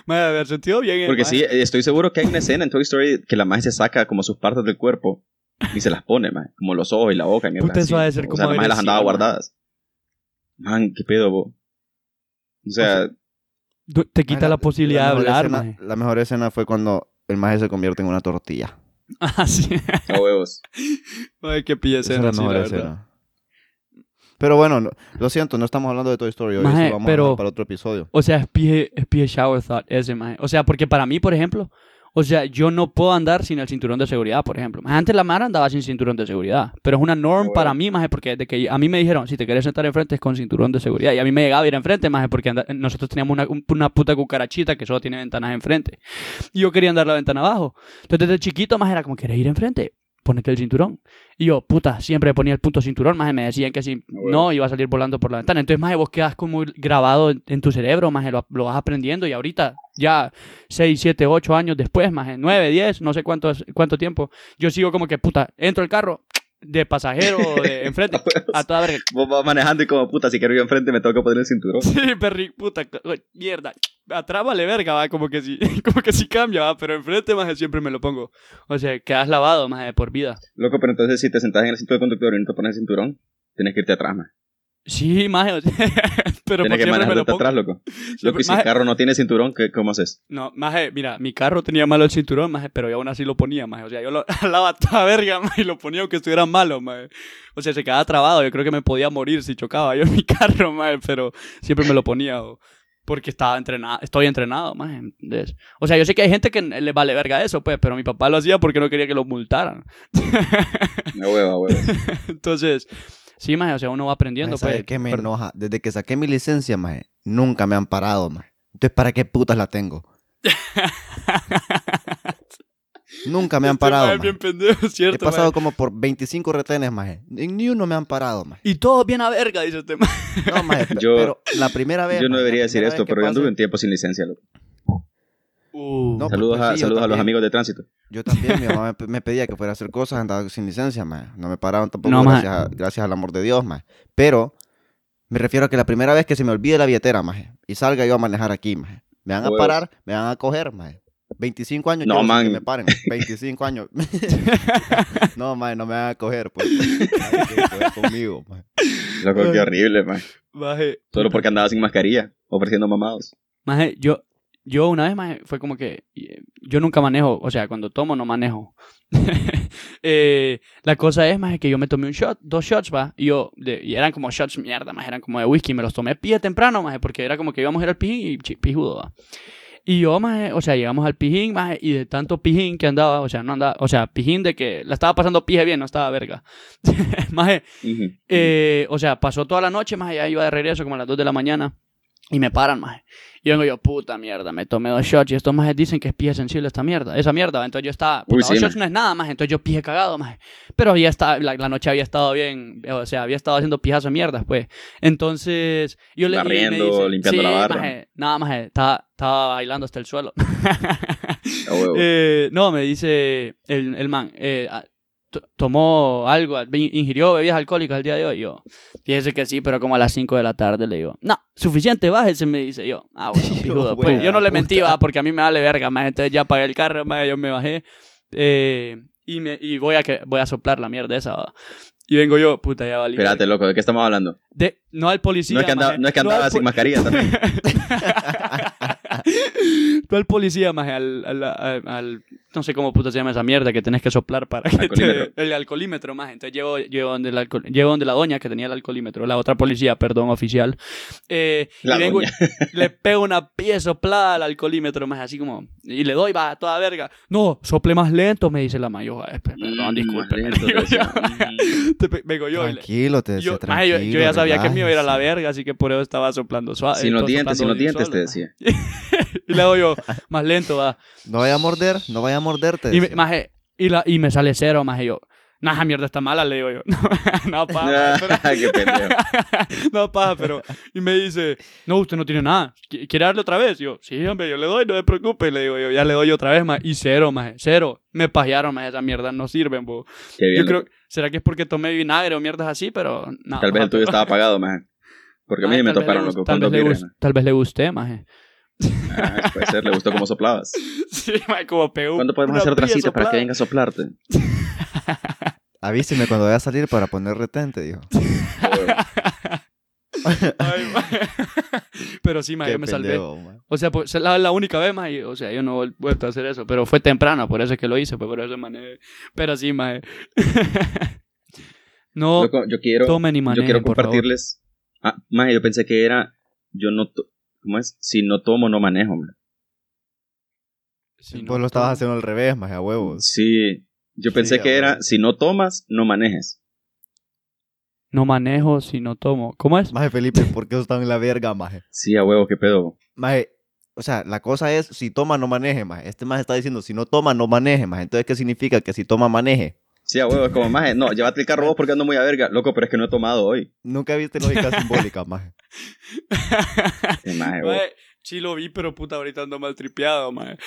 C: Maje, haber sentido bien. eh,
B: Porque
C: maje.
B: sí, eh, estoy seguro que hay una escena en Toy Story que la maje se saca como sus partes del cuerpo y se las pone, maje, como los ojos y la boca. mierda
C: Puta, eso
B: así.
C: ha de ser
B: O sea,
C: como
B: la maje las andaba
C: agresivo, maje.
B: guardadas. Man, qué pedo, bo. O
C: *laughs*
B: sea,
C: Du- Te quita
A: Mae,
C: la posibilidad de
A: mejor
C: hablar,
A: escena-
C: maje.
A: La mejor escena fue cuando el maje se convierte en una tortilla.
C: *laughs* Ah, sí.
B: a huevos.
C: Maje, qué pilla
A: Esa es
C: escena,
A: la
C: sí,
A: mejor
C: la verdad.
A: escena. Pero bueno, no- lo siento, no estamos hablando de Toy Story hoy.
C: Maje,
A: eso vamos
C: pero-
A: a hablar para otro episodio.
C: O sea, es pie, es pie shower thought ese, maje. O sea, porque para mí, por ejemplo, o sea, yo no puedo andar sin el cinturón de seguridad, por ejemplo. Maje, Antes la Mara andaba sin cinturón de seguridad, pero es una norm
B: Bueno.
C: para mí, maje, porque desde que a mí me dijeron, si te quieres sentar enfrente es con cinturón de seguridad. Y a mí me llegaba a ir enfrente, maje, porque anda- nosotros teníamos una, un- una puta cucarachita que solo tiene ventanas enfrente. Y yo quería andar la ventana abajo. Entonces, desde chiquito, maje, era como, ¿quieres ir enfrente? Ponete el cinturón. Y yo, puta, siempre ponía el punto cinturón, más me decían que si
B: huevo.
C: no iba a salir volando por la ventana. Entonces, más vos quedas como grabado en, en tu cerebro, más lo, lo vas aprendiendo y ahorita ya 6, 7, 8 años después, más 9, 10, no sé cuánto, cuánto tiempo, yo sigo como que, puta, entro al carro de pasajero o de enfrente a toda verga.
B: Vos vas manejando y como puta, si quiero ir enfrente me toca poner el cinturón.
C: Sí, perri, puta, co- co- mierda. Atrás vale verga, va, como que sí, *laughs* como que sí cambia, va, pero enfrente, más siempre me lo pongo. O sea, quedas lavado, más de por vida.
B: Loco, pero entonces si te sentás en el cinturón del conductor y no te pones el cinturón, tienes que irte atrás, más.
C: Sí, maje, o sea, *laughs* pero
B: Tienes
C: porque
B: que
C: siempre me
B: manejarte
C: lo pongo.
B: atrás, loco. Loco,
C: Siempre-
B: y si el
C: maje,
B: carro no tiene cinturón, ¿qué, ¿cómo haces?
C: No, maje, mira, mi carro tenía malo el cinturón, maje, pero yo aún así lo ponía, maje. O sea, yo lo *laughs* alaba toda verga, maje, y lo ponía aunque estuviera malo, maje. O sea, se quedaba trabado, yo creo que me podía morir si chocaba yo en mi *laughs* carro, maje, pero siempre me lo ponía, o- porque estaba entrenado, estoy entrenado, maje. ¿entendés? O sea, yo sé que hay gente que le vale verga eso, pues, pero mi papá lo hacía porque no quería que lo multaran. *laughs*
B: Me hueva, hueva.
C: Entonces, sí, maje, o sea, uno va aprendiendo,
A: Maje, ¿sabe
C: pues.
A: qué me
C: Pero- *laughs*
A: enoja? Desde que saqué mi licencia, maje, nunca me han parado, maje. Entonces, ¿para qué putas la
C: *laughs*
A: tengo? Nunca me han
C: Este
A: parado,
C: maje es
A: maje.
C: bien pendejo, es
A: He
C: ¿cierto? maje?
A: pasado como por 25 retenes, maje. En ni uno me han parado, maje.
C: Y todo bien a verga, dice este maje.
A: No,
B: *laughs*
A: maje, pe-
B: Yo-
A: pero la primera vez...
B: Yo no
A: maje, la
B: debería decir
A: primera
B: esto,
A: vez que
B: pero yo anduve
A: pase-
B: un tiempo sin licencia, loco.
C: Uh.
A: No, pues,
B: Saludos,
A: pues,
B: a,
A: sí, yo
B: saludos a los
A: también.
B: amigos de tránsito.
A: Yo también, mi mamá me pe- me pedía que fuera a hacer cosas, andaba sin licencia, maje. No me paraban tampoco,
C: No, maje.
A: gracias, a- gracias al amor de Dios, maje. Pero me refiero a que la primera vez que se me olvide la billetera, maje, y salga yo a manejar aquí, maje, me van a
B: Huevo.
A: parar, me van a coger, maje. 25 años
B: No,
A: llevo sin
B: man.
A: que me paren. 25
C: *laughs*
A: años. no, maje, no me van a coger, pues. Nadie quiere coger conmigo, maje.
B: Loco, qué horrible, man.
C: Maje,
B: Solo
C: puta.
B: porque andaba sin mascarilla, ofreciendo mamados.
C: Maje, yo, yo una vez, maje, fue como que eh, yo nunca manejo, o sea, cuando tomo no manejo. *laughs* Eh, la cosa es, maje, que yo me tomé un shot, dos shots, va, y yo, de- y eran como shots mierda, maje, eran como de whisky, me los tomé pie temprano, maje, porque era como que íbamos a ir al pijín y chi- pijudo, va. Y yo, maje, o sea, llegamos al pijín, maje, y de tanto pijín que andaba, o sea, no andaba, o sea, pijín de que la estaba pasando pije bien, no estaba verga. *laughs* maje,
B: Ujú.
C: eh, o sea, pasó toda la noche, más allá iba de regreso como a las 2 de la mañana y me paran, más. Y vengo yo, puta mierda, me tomé dos shots y estos más dicen que es pije sensible esta mierda, esa mierda. Entonces yo estaba, puta,
B: Uy, sí,
C: dos shots
B: maje.
C: no es nada más, entonces yo pije cagado, más. Pero había estado, la, la noche había estado bien, o sea, había estado haciendo pijazo mierda, pues. Entonces, yo le y me
B: Barriendo,
C: dice,
B: limpiando
C: "Sí,
B: la barra".
C: maje, nada más, estaba, estaba bailando hasta el suelo.
B: A huevo.
C: Eh, no, me dice el, el man, eh, a- to- tomó algo, al- ingirió bebidas alcohólicas el día de hoy. Yo, fíjese que sí, pero como a las 5 de la tarde le digo, no, suficiente, bájese, me dice yo. Ah, bueno,
B: *laughs*
C: pijudo, pues.
A: buena
C: Yo no le
A: puta.
C: mentí, va, porque a mí me vale verga, más entonces ya pagué el carro, más yo me bajé. eh, y me, y voy, a que, voy a soplar la mierda esa, va. Y vengo yo, puta, ya valí.
B: Espérate, loco, ¿de qué estamos hablando?
C: De- no al policía.
B: no, es que andaba,
C: maje,
B: no es que
C: al
B: andaba
C: po-
B: sin mascarilla
C: *laughs*
B: también. Mm,
C: Tú al policía, más al, al, al- al- No sé cómo puta se llama esa mierda que tenés que soplar para que
B: Alcoholímetro.
C: te- *laughs* El alcoholímetro, más. Entonces llevo, llevo, donde el alcohol- llevo donde la doña que tenía el alcoholímetro, la otra policía, perdón, oficial. Eh,
B: La
C: y vengo y
B: doña. *laughs*
C: le pego una pie soplada al alcoholímetro, más así como. Y le doy, va, a toda verga. No, sople más lento, me dice la mayor. Perdón,
B: Mm,
C: disculpe. *laughs*
B: más lento, te decía.
C: Vengo yo. y le-
A: Tranquilo, te
C: yo,
A: decía,
C: maje, yo- yo
A: tranquilo,
C: ya sabía que el mío era la
A: relájese.
C: verga, así que por eso estaba soplando suave.
B: Sin los
C: todo
B: dientes, sin
C: soplando
B: los dientes,
C: solo,
B: te
C: maje.
B: decía.
C: *laughs* Y le
B: *laughs*
C: hago yo, más lento, va.
A: No vaya a morder, no vaya a morderte.
C: Y me, maje, y, la, y me sale cero, maje, yo. Nah, esa mierda está mala, le digo yo. *laughs* No, pa, maje, pero-
B: *laughs* Qué pendejo.
C: no, pa, pero. Y me dice, no, usted no tiene nada. ¿Qui- ¿Quiere darle otra vez? Y yo, sí, hombre, yo le doy, no se preocupe. Le digo yo, ya le doy otra vez, más. Y cero, maje, cero. Me pajearon, maje, esa mierda no sirven, bo.
B: Qué bien.
C: Yo creo, será que es porque tomé vinagre o mierdas así, pero. no,
B: Tal vez
C: maje,
B: el tuyo
C: pero- *laughs*
B: estaba apagado, man. Porque a mí
C: Maje,
B: me
C: tal vez le
B: tocaron,
C: gust-
B: loco, con
C: tal
B: dos
C: vez, le
B: vibras,
C: gust- tal vez le e.
B: *laughs*
C: gusté, maje.
B: maje. Ah, Puede ser, le gustó cómo
C: *laughs*
B: soplabas.
C: Sí, maje, como pegó.
B: ¿Cuándo podemos
C: una
B: hacer otra
C: pilla
B: cita para que
C: soplada.
B: venga a
C: *laughs*
B: soplarte?
A: Avíseme cuando vaya a salir para poner retente,
C: *laughs*
A: dijo.
C: Ay, maje. *laughs* Pero sí, maje,
A: Qué
C: yo me salvé.
A: pendejo, maje.
C: O sea, pues, la, la única vez, más, o sea, yo no he vuelto a hacer eso, pero fue temprano, por eso es que lo hice, pues, por eso mané. Pero sí, más. *laughs* No
B: Loco, yo quiero,
C: tomen y
B: yo
C: manejen,
B: quiero
C: por favor.
B: compartirles. Ah, maje, yo pensé que era. Yo no. to- ¿Cómo es? Si no tomo, no manejo. hombre.
C: Si no,
A: Vos Pues lo estabas
C: todo-
A: haciendo al revés, más a huevos.
B: Sí. Yo
A: Sí,
B: pensé que
A: ahora.
B: era. Si no tomas, no manejes.
C: No manejo si no tomo. ¿Cómo es?
A: Maje Felipe, ¿por qué eso está en la verga, maje?
B: Sí, a huevo, qué pedo.
A: Maje, o sea, la cosa es, si toma, no maneje, maje. Este maje está diciendo, si no toma, no maneje, maje. Entonces, ¿qué significa? Que si toma, maneje.
B: Sí, a huevo, es como maje. No, llévate el carro vos porque ando muy a verga. Loco, pero es que no he tomado hoy.
A: Nunca viste lógica
C: *laughs*
A: simbólica, maje.
B: Sí, maje, vos.
C: Mae, sí lo vi, pero puta, ahorita ando mal tripeado, mae.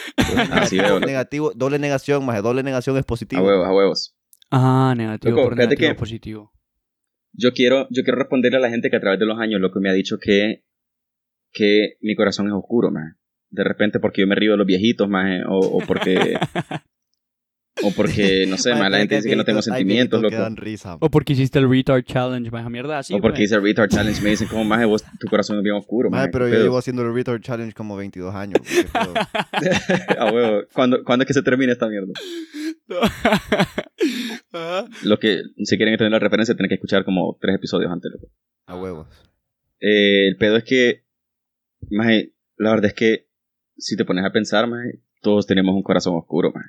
B: Así Ah, veo.
C: *laughs*
B: loco.
A: Negativo, doble negación, maje. Doble negación es positivo.
B: A huevos, a huevos.
C: Ah, negativo
B: Loco,
C: por
B: fíjate
C: negativo
B: que-
C: positivo.
B: Yo quiero, yo quiero responderle a la gente que a través de los años lo que me ha dicho que, que mi corazón es oscuro, maje. De repente porque yo me río de los viejitos, maje, o, o
A: *laughs*
B: porque... o porque, no sé,
A: Maje,
B: maje, la
A: pero
B: gente
A: hay
B: dice que no tengo
A: viejitos- hay viejitos
B: sentimientos,
A: que
B: loco.
A: dan risa.
C: O porque hiciste el retard challenge, mae, esa mierda así.
B: o porque
C: mae.
B: hice el retard challenge, me dicen como, maje, eh, vos, tu corazón es bien oscuro,
A: Maje,
B: maje.
A: pero
B: ¿qué
A: yo
B: pedo?"
A: llevo haciendo el Retard Challenge como 22 años. ¿qué pedo?
B: *laughs* A huevo, ¿Cuándo, cuándo es que se termina esta mierda?
C: *laughs* Ajá.
B: Lo que, si quieren entender la referencia, tienen que escuchar como tres episodios antes, loco.
A: A huevos.
B: Eh, el pedo es que, maje, la verdad es que si te pones a pensar, maje, todos tenemos un corazón oscuro, maje.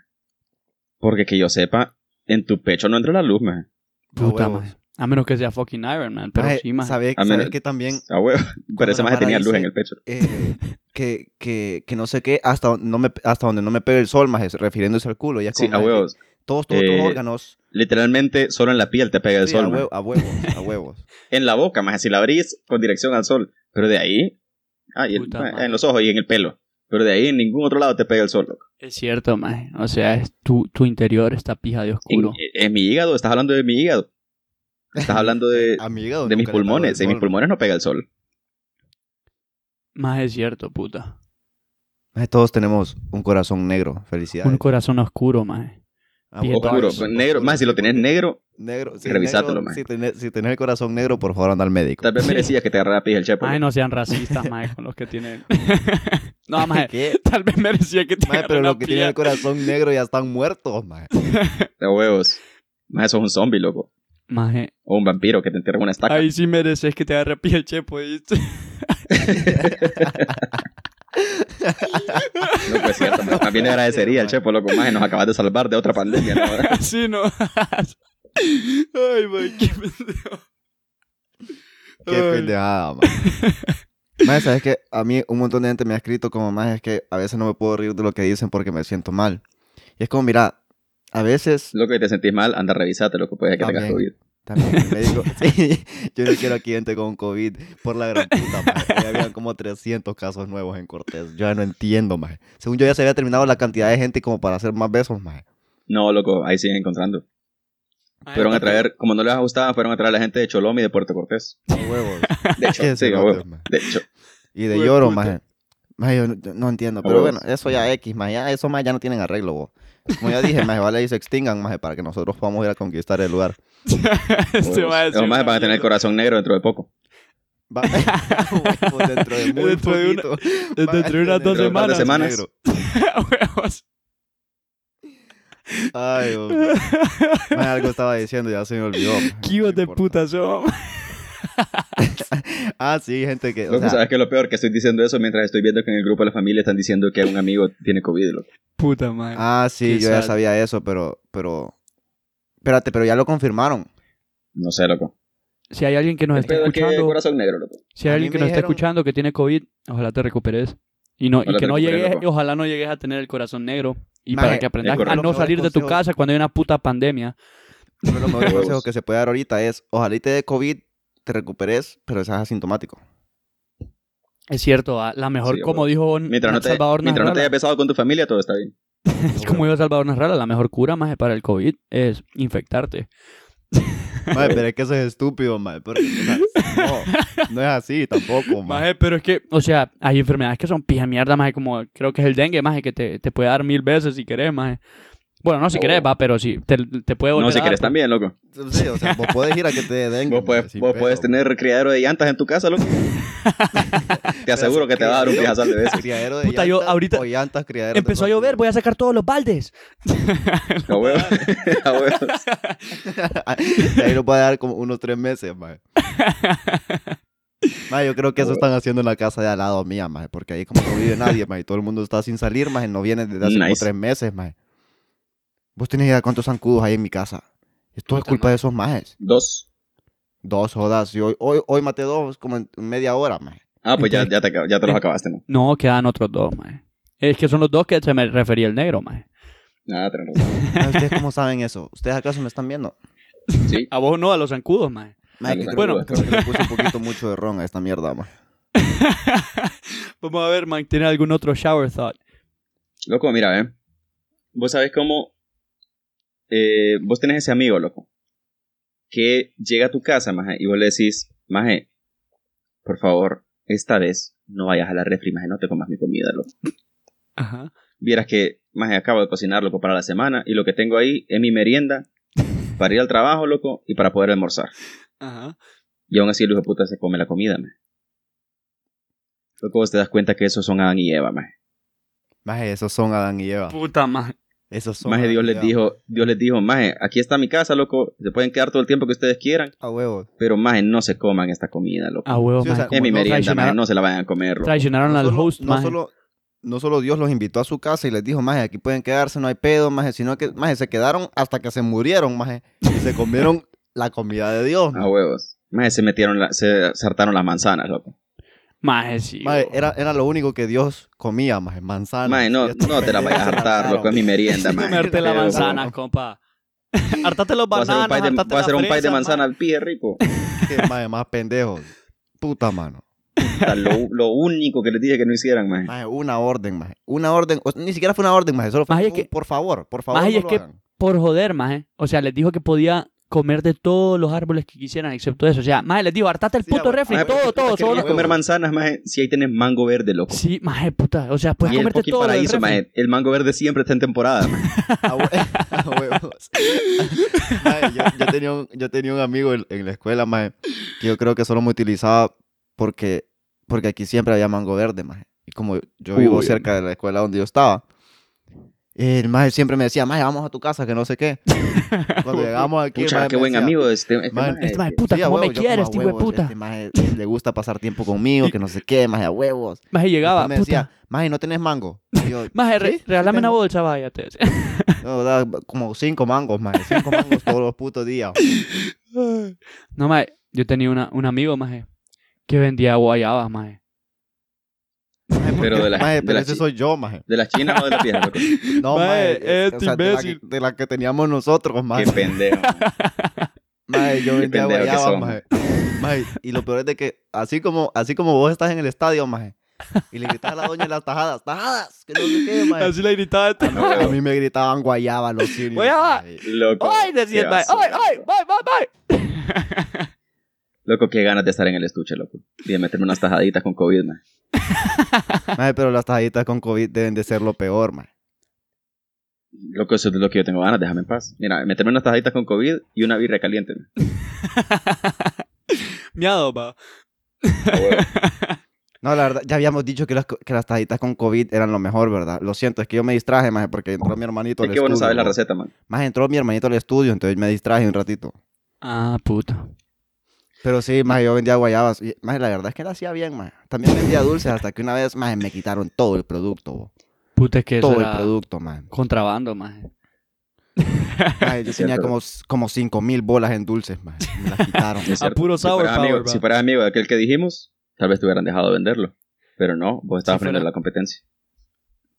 B: Porque que yo sepa, en tu pecho no entra la luz, maje.
C: Puta,
A: huevos.
C: mae. A menos que sea fucking Iron Man, pero
A: Maje,
C: sí, mae.
A: ¿sabes,
B: A
A: sabes
B: menos-
A: que también
B: Ah, huevo. *laughs* Pero esa
A: la
B: maje
A: Mara
B: tenía luz
A: dice-
B: en el pecho.
A: eh, que, que, que no sé qué, hasta, don- no me, hasta donde no me pegue el sol, maje, refiriéndose al culo. Ya es
B: Sí,
A: como,
B: a
A: maje,
B: huevos.
A: Todos, todos tus
B: Eh,
A: órganos.
B: Literalmente, solo en la piel te pega el
A: sí,
B: sol,
A: a,
B: maje.
A: huevo- a huevos, a huevos.
B: En la boca, maje, si la abrís con dirección al sol. Pero de ahí, ah, y el-
C: Puta
B: maje,
C: madre.
B: en los ojos y en el pelo. Pero de ahí, en ningún otro lado te pega el sol, loco.
C: Es cierto, mae. O sea, es tu, tu interior está pija de
B: En, e,
C: oscuro.
B: en mi hígado, estás hablando de mi hígado. Estás
A: *laughs*
B: hablando *laughs* de,
A: Amiga,
B: de mis pulmones. En mis pulmones no pega el sol.
C: Más es cierto, puta.
A: Maje, todos tenemos un corazón negro. Felicidades.
C: Un corazón oscuro, mae.
A: Ah,
C: bien
A: huevos,
B: Oscuro,
C: Oscuro,
B: negro. Más si lo tenés negro,
A: Negro, sí, negro,
B: Revisátelo, maje.
A: Si tenés, si tenés el corazón negro, por favor, anda al médico.
C: *laughs*
B: tal vez
C: Sí.
B: merecías que te agarrara pija el chepo.
C: Ay, no sean racistas, mae, con los que
B: *laughs*
C: tienen. no, mae.
A: ¿Qué?
C: Tal vez merecía que te *laughs*
A: Maje,
C: agarre
A: pero
C: una
A: los que tienen
C: pija.
A: el corazón negro ya están muertos, maje.
B: De huevos. Más eso es un zombie, loco.
C: Maje,
B: O un vampiro que te entierra en una estaca.
C: ahí sí mereces que te agarre pija el chepo, ¿viste?
B: No, pues cierto.
C: *laughs*
B: man. También le agradecería al chepo, loco. Más nos acabas de salvar de otra pandemia. ¿no?
C: *laughs* *laughs* Así no. Ay, mae, qué pendejo.
A: Qué
C: Ay.
A: pendejada, maje. Maje, sabes que a mí un montón de gente me ha escrito como, maje, es que a veces no me puedo reír de lo que dicen porque me siento mal. Y es como, mira, a veces
B: Loco, y te sentís mal, anda, revisate, loco. Puede que tengas
A: También.
B: COVID.
A: *laughs* También el médico. *laughs* Sí, yo no quiero aquí gente con COVID por la gran puta, maje. Ya habían como 300 casos nuevos en Cortés. Yo ya no entiendo, maje. Según yo ya se había terminado la cantidad de gente como para hacer más besos, maje.
B: No, loco, ahí siguen encontrando. Fueron
C: este
B: a traer, como no les gustaba, fueron a traer a la gente de Cholom y de Puerto Cortés.
A: A huevos.
B: De
C: *laughs*
B: hecho,
A: Qué
B: sí, a
A: cerotes,
B: huevo.
A: maje.
B: De hecho,
A: Y de
C: Hue
A: lloro,
C: puta.
A: maje. Maje, yo no, yo no entiendo.
B: A
A: Pero
B: huevos.
A: bueno, eso ya X, maje. Ya, eso, maje, ya no tienen arreglo, vos. Como ya dije, maje, vale, y se extingan, maje, para que nosotros podamos ir a conquistar el lugar.
C: *laughs* este
B: huevos.
C: va a decir
B: Esos majes van a tener el corazón negro dentro de poco.
A: Va- *laughs* Huevos, dentro de muy
C: Dentro de una-
A: poquito.
C: dentro
A: van a
C: de unas
A: tener
C: dos
A: el corazón
B: semanas. semanas.
A: negro.
C: *laughs* Huevos.
A: Ay, Dios. Maje, algo estaba diciendo, ya se me olvidó. maje.
C: ¿Qué hijos
A: No
C: de
A: importa.
C: puta son?
A: Ah, sí, gente que. o
B: Loco,
A: sea,
B: ¿sabes qué es lo peor? Que estoy diciendo eso mientras estoy viendo que en el grupo de la familia están diciendo que un amigo tiene COVID, loco.
C: Puta madre.
A: ah, sí,
C: Qué
A: yo ya
C: sad.
A: sabía eso, pero, pero. Espérate, pero ya lo confirmaron.
B: No sé, loco.
C: Si hay alguien que nos
B: El
C: está
B: pedo es que
C: escuchando,
B: corazón negro, loco.
C: si hay
A: A mí
C: alguien que
A: me
C: nos está
A: dijeron-
C: escuchando que tiene COVID, ojalá te recuperes. Y, no, y
B: Ojalá
C: que
B: te
C: no
B: recuperes,
C: llegues,
B: loco.
C: ojalá no llegues a tener el corazón negro. Y
A: Maje,
C: para que aprendas
B: es correcto.
C: a no
A: Los mejores
C: salir de tu
A: consejos.
C: casa cuando hay una puta pandemia.
A: Pero lo mejor
B: Huevos.
A: consejo que se puede dar ahorita es: ojalá y te dé COVID, te recuperes, pero seas asintomático.
C: Es cierto, ah, la mejor,
B: Sí,
C: como dijo
B: Mientras no te,
C: Salvador
B: mientras no te haya
C: Nasralla,
B: pesado con tu familia, todo está bien.
C: *laughs* como dijo Salvador Nasralla, la mejor cura más para el COVID es infectarte.
A: Madre, pero es que eso es estúpido, madre. Porque, o sea, no, no es así
B: Oh,
A: tampoco, madre.
C: Maje, pero es que, o sea, hay enfermedades que son pija mierda, maje, como creo que es el dengue, maje, que te, te puede dar mil veces si querés, maje. Bueno, no si
B: No.
C: querés, va, pero si te, te puede volver
B: Oh. No, si
C: a dar,
B: quieres
C: pues.
B: también, loco.
A: Sí, o sea, vos podés ir a que te den.
C: *laughs*
B: Vos puedes, vos puedes tener criadero de llantas en tu casa, loco. Te aseguro que te va a dar un pijazal de
C: *laughs*
B: eso.
A: Criadero de
C: Puta, yo
A: llantas
C: ahorita-
A: o llantas criadero de
C: Empezó a llover, voy a sacar todos los baldes.
B: A huevo. *laughs* A huevo.
A: De *laughs* ahí nos va a dar como unos tres meses,
C: *laughs*
A: mae. Mae, yo creo que eso están haciendo en la casa de al lado mía, mae, porque ahí como no vive nadie, mae, y todo el mundo está sin salir, mae, no viene desde hace como
B: Nice.
A: tres meses, mae. Vos tenés idea cuántos zancudos hay en mi casa. Esto es
C: Puta,
A: culpa
C: mae.
A: de esos majes.
B: Dos.
A: Dos jodas, y hoy, hoy, hoy maté dos como en media hora, mae.
B: Ah, pues ya, ya, te, acab- ya te los acabaste, ¿no?
C: No, quedan otros dos, mae. Es que son los dos que se me refería el negro, mae.
B: Nada, tenés razón.
A: Mae, ¿Ustedes cómo saben eso? ¿Ustedes acaso me están viendo?
B: Sí.
C: A vos no, a los zancudos, mae.
A: Mae,
B: Dale,
A: que creo-
C: bueno.
A: creo que le puse un poquito mucho de ron a esta mierda, mae.
C: Vamos a ver, man, ¿tiene algún otro shower thought?
B: Loco, mira, ¿eh? Vos sabés cómo... eh, vos tenés ese amigo, loco, que llega a tu casa, maje, y vos le decís, maje, por favor, esta vez no vayas a la refri, maje, no te comas mi comida, loco.
C: Ajá.
B: Vieras que, maje, acabo de cocinar, loco, para la semana, y lo que tengo ahí es mi merienda para ir al trabajo, loco, y para poder almorzar.
C: Ajá.
B: Y aún así el hijo de puta se come la comida, maje. Loco, vos te das cuenta que esos son Adán y Eva, maje.
A: Mae, esos son Adán y Eva.
C: Puta, mae.
A: Esos son
B: Maje,
A: Adán
B: Dios
A: y
B: les
A: Eva.
B: dijo, Dios les dijo, maje, aquí está mi casa, loco, se pueden quedar todo el tiempo que ustedes quieran,
A: A huevo.
B: pero maje, no se coman esta comida, loco.
C: A huevo,
A: Sí, o
C: mae.
A: sea,
B: es
A: como
B: mi
A: no
B: merienda,
C: traicionaron-
B: maje, no se la vayan a comer, loco.
C: Traicionaron
A: no
C: al
A: solo-
C: host,
A: no
C: mae.
A: solo, no solo Dios los invitó a su casa y les dijo, maje, aquí pueden quedarse, no hay pedo, maje, sino que, maje, se quedaron hasta que se murieron, maje, y se comieron *laughs* la comida de Dios.
B: A huevos. Maje, se metieron, la- se saltaron las manzanas, loco.
C: Mae, sí.
A: Maje,
C: bo.
A: era, era lo único que Dios comía, maje,
C: Ah,
A: manzana.
B: Maje, no, no te la vayas
A: *laughs*
B: a hartar, loco, es mi merienda, maje.
C: *laughs* *laughs* Comerte
B: *laughs*
C: la
B: Pero,
C: manzana, compa. *laughs* Hartate los
B: Voy a hacer
C: bananas,
B: un pie de,
C: hartate
B: voy a hacer
C: la
B: un pie de
C: fresa,
B: manzana
C: mae.
B: al pie, rico.
A: maje, más pendejos. Puta mano.
B: O sea,
C: *laughs*
B: lo, lo único que les dije que no hicieran, maje.
A: Maje, una orden, maje. Una orden, o- ni siquiera fue una orden, maje, solo fue,
C: Maje,
A: un-
C: que-
A: por favor, por favor,
C: Maje,
A: no
C: es
A: lo
C: que-
A: hagan.
C: Por joder, mae. O sea, les dijo que podía comer de todos los árboles que quisieran, excepto eso. O sea, mae, les dijo, hartate el
A: Sí, a
C: puto
A: huevo.
C: refri,
B: Mae,
C: todo,
B: pero
C: todo,
B: ¿qué querías
C: solo.
A: huevo.
B: comer manzanas, maje, si ahí tenés mango verde, loco.
C: Sí, mae, puta. O sea, puedes
B: y el
C: comerte
B: fucking
C: todo. del
B: paraíso,
C: refri.
B: maje. El mango verde siempre está en temporada, maje.
A: A hue- *laughs* a huevos. Mae, yo, yo tenía un, yo tenía un amigo en, en la escuela, mae, que yo creo que solo me utilizaba porque, porque aquí siempre había mango verde, mae. Y como yo vivo
B: Uy,
A: cerca de la escuela donde yo estaba, el mae siempre me decía, mae, vamos a tu casa, que no sé
C: *laughs*
A: qué. Cuando llegamos aquí, el
B: Pucha,
A: mae
B: qué
A: me
B: buen
A: decía,
B: amigo este, este
A: Mae,
B: maje.
C: Este mae, puta,
A: "Sí, a
C: ¿cómo me
A: huevo, yo
C: quieres,
A: como,
C: este
A: "A
C: hijo de
A: huevos,
C: puta?
A: este mae le gusta pasar tiempo conmigo, que no sé qué, mae, a huevos.
C: Mae *laughs* llegaba,
A: Después me
C: puta.
A: decía, mae, ¿no tenés mango? Y yo,
C: *laughs* Mae, re-
A: "Sí, Este, sí
C: regálame una
A: tengo".
C: bolsa, vaya. te decía. *laughs*
A: No, da como cinco mangos, mae. Cinco mangos todos los putos
B: *laughs*
A: días. mae.
C: No, mae, yo tenía una, un amigo, mae, que vendía guayabas, mae.
A: Mae, ¿por
B: Pero
A: qué?
B: de la-
A: Mae,
B: de
A: pero
B: la
A: ese
B: chi-
A: soy yo, maje.
B: ¿De las chinas
A: *laughs*
B: o de las viejas, loco?
A: No,
C: Mae,
A: maje. eh,
C: este
A: o sea, de, la,
C: imbécil.
A: de la que teníamos nosotros, maje.
B: Qué pendejo.
A: Maje, yo
B: *laughs* qué
A: vendía
B: pendejo que
A: guayaba,
B: somos.
A: maje. Maje, y lo peor es de que, así como, así como vos estás en el estadio, maje, y le gritas a la doña de las tajadas, tajadas, que no sé qué, maje.
C: *laughs* Así le
A: *laughs*
C: gritaba este.
B: No,
A: A
B: huevo.
A: mí me gritaban guayaba los sirios.
C: Guayaba.
A: maje.
B: Loco.
C: ¡Ay! Decía el
B: qué
C: mae. ¡Ay,
B: basura,
C: ay!
B: loco.
C: ¡Bye, bye,
B: Loco, qué ganas de estar en el estuche, loco. Y de meterme unas tajaditas con COVID, man.
A: Maje, pero las tajaditas con COVID deben de ser lo peor, maje.
B: Loco, eso es lo que yo tengo ganas, déjame en paz. Mira, meterme unas tajaditas con COVID y una birra caliente,
A: *laughs*
B: man.
C: bye! Miado, pa.
B: A huevo.
A: No, la verdad, ya habíamos dicho que las, co- que las tajitas con COVID eran lo mejor, ¿verdad? Lo siento, es que yo me distraje, maje, porque entró mi hermanito
B: Es
A: al
B: que vos no
A: estudio,
B: sabes la
A: maje.
B: receta, man.
A: Más entró mi hermanito al estudio, entonces me distraje un ratito.
C: Ah, puta.
A: Pero sí, más yo vendía guayabas. Y, más la verdad es que la hacía bien, más. También vendía dulces hasta que una vez, más me quitaron todo el producto, bo.
C: Puta, es que eso
A: todo el
C: era
A: producto,
C: *laughs*
A: más.
C: contrabando, mae.
A: yo
B: Es
A: tenía
B: cierto.
A: como, como 5 mil bolas en dulces, más. Me las
C: *laughs*
A: quitaron.
B: Es
C: A
B: cierto.
C: puro
B: Si fueras,
C: sour power,
B: amigo,
C: bro.
B: si fueras amigo de aquel que dijimos, tal vez te hubieran dejado venderlo. Pero no, vos estabas
C: Si
B: frente a
C: fuera-
B: la competencia.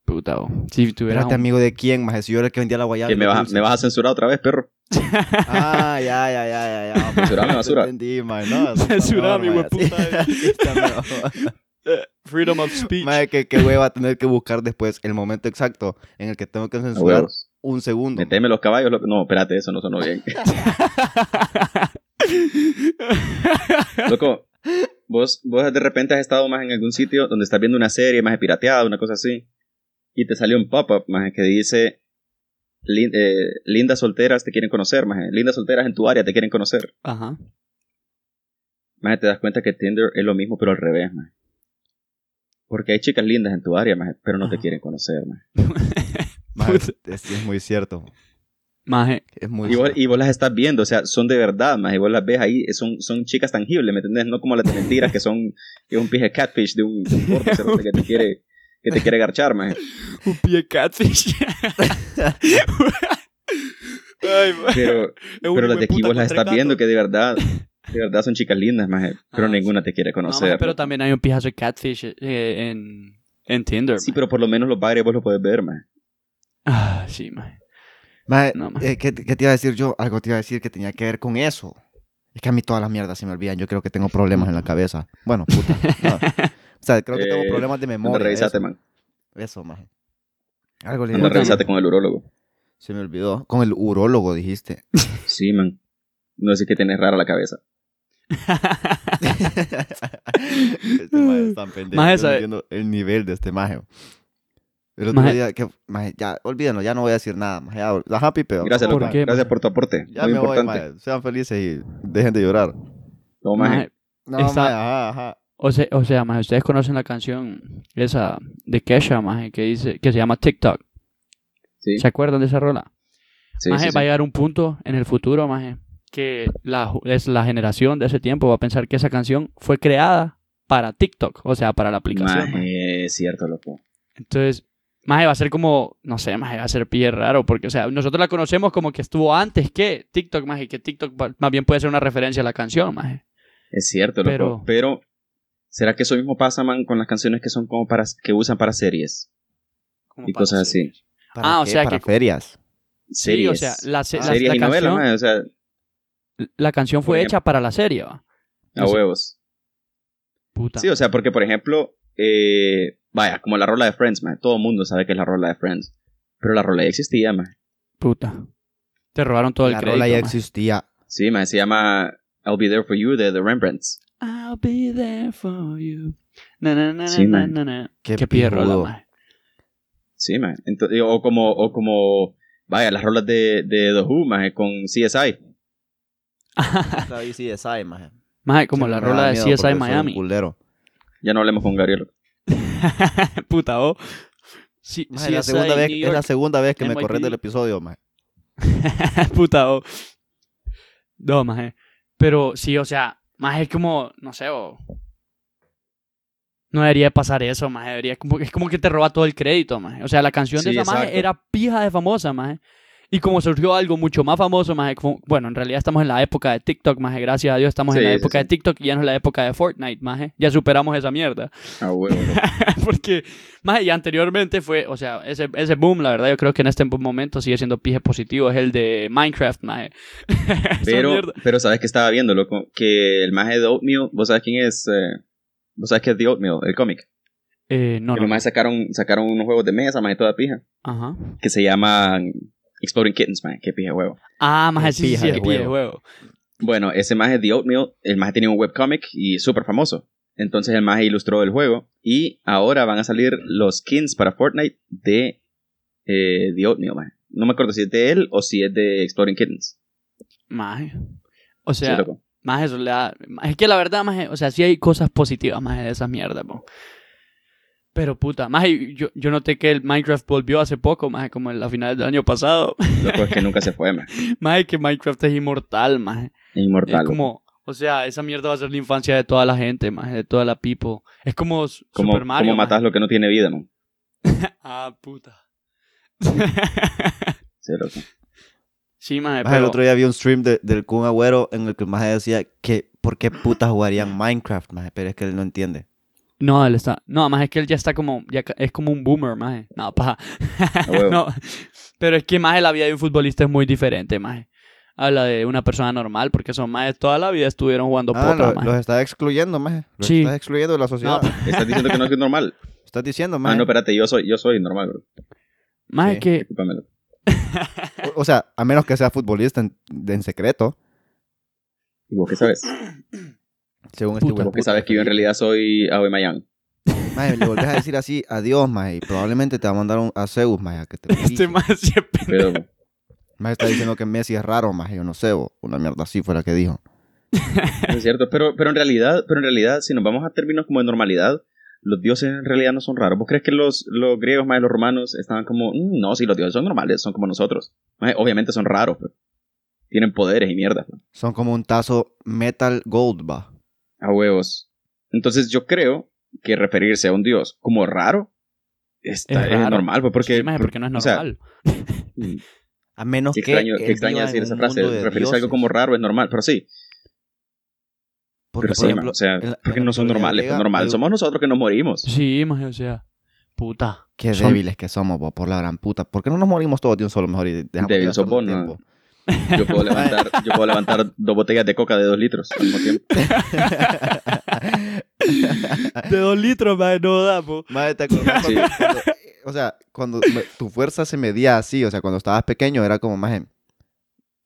C: Puta, bo. Si tuvieras
A: Espérate,
C: un...
A: este amigo de quién, más. Si yo era el que vendía la guayaba.
B: Que me, vas a- me vas a censurar otra vez, perro.
C: *laughs*
A: Ah, ya, ya, ya, ya. ya.
B: *laughs* Censurame,
A: Te
B: basura.
A: Entendí, maje, no, eso está
C: Censurame,
A: mejor, maje,
C: hueputa.
A: así- así está mejor.
C: Eh, Freedom of speech.
A: Maje, que, que hueva tener que buscar después el momento exacto en el que tengo que
B: A
A: censurar
B: huevos.
A: un segundo. maje.
B: Meteme los caballos, loco. No, espérate, eso no
A: *laughs*
B: sonó bien. Loco, vos, vos de repente has estado más en algún sitio donde estás viendo una serie más pirateada, una cosa así, y te salió un pop-up más que dice, "Lin- eh, lindas solteras te quieren conocer, más lindas solteras en tu área te quieren conocer.
C: *laughs* Ajá. *laughs*
B: Más te das cuenta que Tinder es lo mismo, pero al revés, más. Porque hay chicas lindas en tu área, maje, pero no te
C: Ajá.
B: quieren conocer, maje.
A: Maje,
C: Puta.
A: es, es muy cierto.
C: Maje,
A: Es muy
B: Y vos,
A: cierto.
B: y vos las estás viendo, o sea, son de verdad, maje, y vos las ves ahí, son, son chicas tangibles, ¿me entendés? No como las de mentiras que son que es un pije catfish de un, de un gordo cerote que te quiere que te quiere garchar, maje.
C: un pie *laughs* catfish. Ay, maje. *laughs*
B: Pero,
C: Es un
B: pero las de
C: hijueputa
B: aquí vos
C: con
B: las
C: tres
B: estás viendo
C: gatos.
B: que de verdad, de verdad son chicas lindas, maje, pero
C: Ah,
B: ninguna te quiere
C: No, maje,
B: conocer.
C: pero también hay un pijazo de catfish eh, en, en Tinder.
B: Sí,
C: maje.
B: pero por lo menos los bagres vos los podés ver, maje.
C: Ah, sí, maje.
A: Maje,
C: No, maje.
A: eh, ¿qué, qué te iba a decir yo? Algo te iba a decir que tenía que ver con eso. Es que a mí todas las mierdas se me olvidan. Yo creo que tengo problemas en la cabeza. Bueno, puta.
B: *laughs*
A: no. O sea, creo que tengo
B: Eh,
A: problemas de
B: Anda,
A: memoria.
B: revisate,
A: eso,
B: man.
A: Eso, maje. Algo le
B: Anda,
A: iba a decir.
B: revisate con el urólogo.
A: Se me olvidó. Con el urólogo dijiste.
B: Sí, man. No sé qué tenés rara la cabeza.
A: este maje es tan pendejo.
C: Maje,
A: yo no
C: sabe-
A: entiendo el nivel de este maje. El otro
C: Maje-
A: día que, maje, ya, olvídenlo, ya no voy a decir nada. Maje, ya, la happy pero
B: Gracias,
C: ¿Por
B: loco.
C: qué,
B: Gracias
C: maje?
B: por tu aporte.
A: Ya
B: Muy
A: me voy,
B: importante.
A: maje. Sean felices y dejen de llorar.
B: No, maje.
C: Maje,
A: No,
C: Está-
A: maje, ajá, ajá.
C: O sea, o sea, maje, ustedes conocen la canción esa de Kesha, maje, que dice, que se llama TikTok.
B: Sí,
C: ¿Se acuerdan de esa rola?
B: sí,
C: maje,
B: sí, sí.
C: va a llegar un punto en el futuro, maje, que la, ju- es la generación de ese tiempo va a pensar que esa canción fue creada para TikTok, o sea, para la aplicación. maje.
B: Maje, es cierto, loco.
C: Entonces, maje, va a ser como, no sé, maje, va a ser pie raro, porque, o sea, nosotros la conocemos como que estuvo antes que TikTok, maje, que TikTok va- más bien puede ser una referencia a la canción, maje.
B: Es cierto, loco. Pero,
C: Pero-
B: ¿será que eso mismo pasa, man, con las canciones que son como para que usan para series?
C: Como
B: Y
C: para
B: cosas así.
C: series. Ah, o sea
A: Para
C: que-
A: ferias.
C: Sí,
B: Series.
C: o sea, la, se-
A: Ah,
C: la-
B: series
C: la
B: y novelas,
C: canción,
B: maje, o sea,
C: la canción
B: Por
C: fue
B: ejemplo.
C: hecha para la serie, va.
B: a
C: Sí.
B: huevos.
C: Puta.
B: Sí, o sea, porque por ejemplo, eh, vaya, como la rola de Friends, man, todo el mundo sabe que es la rola de Friends. Pero la rola ya existía, man.
C: Puta. Te robaron todo el
A: La
C: crédito.
A: rola ya
C: ma.
A: existía.
B: Sí, man, se llama I'll Be There For You de The Rembrandts.
C: I'll be there for you. Na, na, na,
B: Sí,
C: na,
B: man.
C: na, na.
A: Qué
C: Qué pide rola,
A: pijudo.
C: *laughs* ma.
B: Sí, man. Ento- o como, o como, vaya, las rolas de, de The Who, man, con CSI.
A: *laughs* La CSI, maje.
C: Ma, como la
A: Siempre me
C: rola
A: da
C: de
A: miedo
C: CSI
A: porque soy un
C: Miami.
A: culero.
B: Ya no hablemos con Gabriel.
C: *laughs* Puta, oh. Sí,
A: Maje,
C: sí,
A: la
C: esa
A: segunda
C: en
A: vez,
C: New
A: es la
C: York.
A: segunda vez que me
C: NYPD.
A: corres del episodio, maje.
C: *laughs* Puta, oh. No, maje. Pero sí, o sea, maje es como, no sé, oh. No debería pasar eso, maje. Debería, como, es como que te roba todo el crédito, maje. O sea, la canción de
B: Sí,
C: esa maje
B: exacto.
C: era pija de famosa, maje. Y como surgió algo mucho más famoso, maje. como- bueno, en realidad estamos en la época de TikTok, maje. Gracias a Dios estamos en
B: Sí,
C: la
B: sí,
C: época
B: sí.
C: de TikTok y ya no es la época de Fortnite, maje. Ya superamos esa mierda.
B: A Ah, huevo.
C: *laughs* Porque, más y anteriormente fue, o sea, ese, ese boom, la verdad, yo creo que en este momento sigue siendo pije positivo, es el de Minecraft, maje. *laughs* Esa
B: Pero,
C: mierda.
B: pero sabes que estaba viendo, loco, que el maje de Oatmeal, vos sabes quién es, Eh, vos sabes que es The Oatmeal, el cómic.
C: Eh, no,
B: que los
C: no.
B: majes sacaron, sacaron unos juegos de mesa, maje toda pija,
C: Ajá.
B: que se llaman Exploding Kittens, maje, qué pija huevo.
C: Ah, maje,
A: Qué
C: sí, sí,
A: pija
C: sí,
A: de
C: es pije de
A: huevo.
C: huevo.
B: Bueno, ese maje The Oatmeal, el maje tenía un webcómic y súper famoso. Entonces el maje ilustró el juego y ahora van a salir los skins para Fortnite de eh, The Oatmeal, maje. No me acuerdo si es de él o si es de Exploding Kittens.
C: Maje. O
B: Sí,
C: sea,
B: loco.
C: maje, eso le da- maje, es que la verdad, maje, o sea, sí hay cosas positivas, maje, de esas mierdas, po. Pero puta, maje, yo, yo noté que el Minecraft volvió hace poco, maje, como en la final del año pasado. *laughs*
B: Loco, es que nunca se fue, maje.
C: Maje, que Minecraft es inmortal, maje.
B: Inmortal.
C: Es como, o sea, esa mierda va a ser la infancia de toda la gente, más de toda la people. Es como S-
B: ¿Cómo,
C: Super Mario.
B: cómo
C: maje.
B: matas lo que no tiene vida, man?
C: Ah, puta. *laughs*
B: Sí, loco.
C: sí,
A: Maje,
C: maje, pero
A: El otro día vi un stream de- del Kun Agüero en el que el maje decía que por qué putas jugarían Minecraft, maje, pero es que él no entiende.
C: no, él está, no, más es que él ya está como ya ca- es como un boomer, maje. No, paja.
B: huevo.
C: *laughs* no. Pero es que maje la vida de un futbolista es muy diferente, maje. Habla de una persona normal porque son majes toda la vida estuvieron jugando
A: Ah,
C: potra,
A: lo-
C: maje.
A: los está excluyendo, maje. Los
C: Sí.
A: estás excluyendo de la sociedad.
C: No,
B: Estás diciendo que no es
C: *laughs*
B: normal.
A: Estás diciendo,
B: Ah,
A: maje.
B: no, espérate, yo soy, yo soy normal, bro.
C: Maje
A: Sí.
C: que
B: Discúlpamelo.
A: o, o sea, a menos que sea futbolista en, de- en secreto,
B: ¿Y vos qué sabes?
A: según
C: Puta.
A: este huevo
B: Vos qué sabes que yo en realidad soy Aoe Mayan.
A: Maje, le volvés a decir así, adiós, maje, y probablemente te va a mandar un, a Zeus, maje, a que
B: *laughs*
A: te
C: este
A: maje.
C: maje siempre
B: Pero
A: maje está diciendo que Messi es raro, maje, yo no sé, bo. una mierda así fue la que dijo.
B: no es cierto. Pero, pero en realidad, pero en realidad, si nos vamos a términos como de normalidad, los dioses en realidad no son raros. ¿Vos crees que los, los griegos, más los romanos, estaban como, "Mm, no, sí, los dioses son normales, son como nosotros? Mae, obviamente son raros, pero tienen poderes y pues. mierda.
A: Son como un tazo metal gold, va.
B: A huevos. Entonces yo creo que referirse a un dios como raro está, es,
C: Es raro.
B: normal, pues, *laughs* porque...
C: Sí, maje, porque no es
B: o sea, mm,
C: normal.
A: A menos
B: Qué
A: que.
B: extraño,
A: él
B: qué extraño
A: viva
B: decir
A: en
B: esa
A: un
B: frase.
A: mundo de
B: Referirse a algo
A: dioses.
B: como raro es normal, pero sí.
A: Porque,
B: pero sí,
A: por ejemplo,
B: o sea,
A: en la-
B: porque
A: en la
B: no son
A: mitología
B: normales.
A: griega,
B: pues, normal.
A: hay-
B: Somos nosotros que nos morimos.
C: Sí, maje, o sea, puta.
A: Qué
C: Son-
A: débiles que somos, po, por la gran puta. ¿Por qué no nos morimos todos de un solo mejor y dejamos
B: Débil
A: de gastar
B: somos,
A: tiempo?
B: ¿no? Yo
C: *laughs*
B: puedo levantar, yo puedo levantar dos botellas de coca de dos litros al mismo tiempo.
A: Ah.
C: De dos litros, maje, no da, po.
A: Madre, ¿te acordás
B: *laughs* Sí.
A: cuando- cuando- o sea, cuando me- tu fuerza se medía así, o sea, cuando estabas pequeño era como, más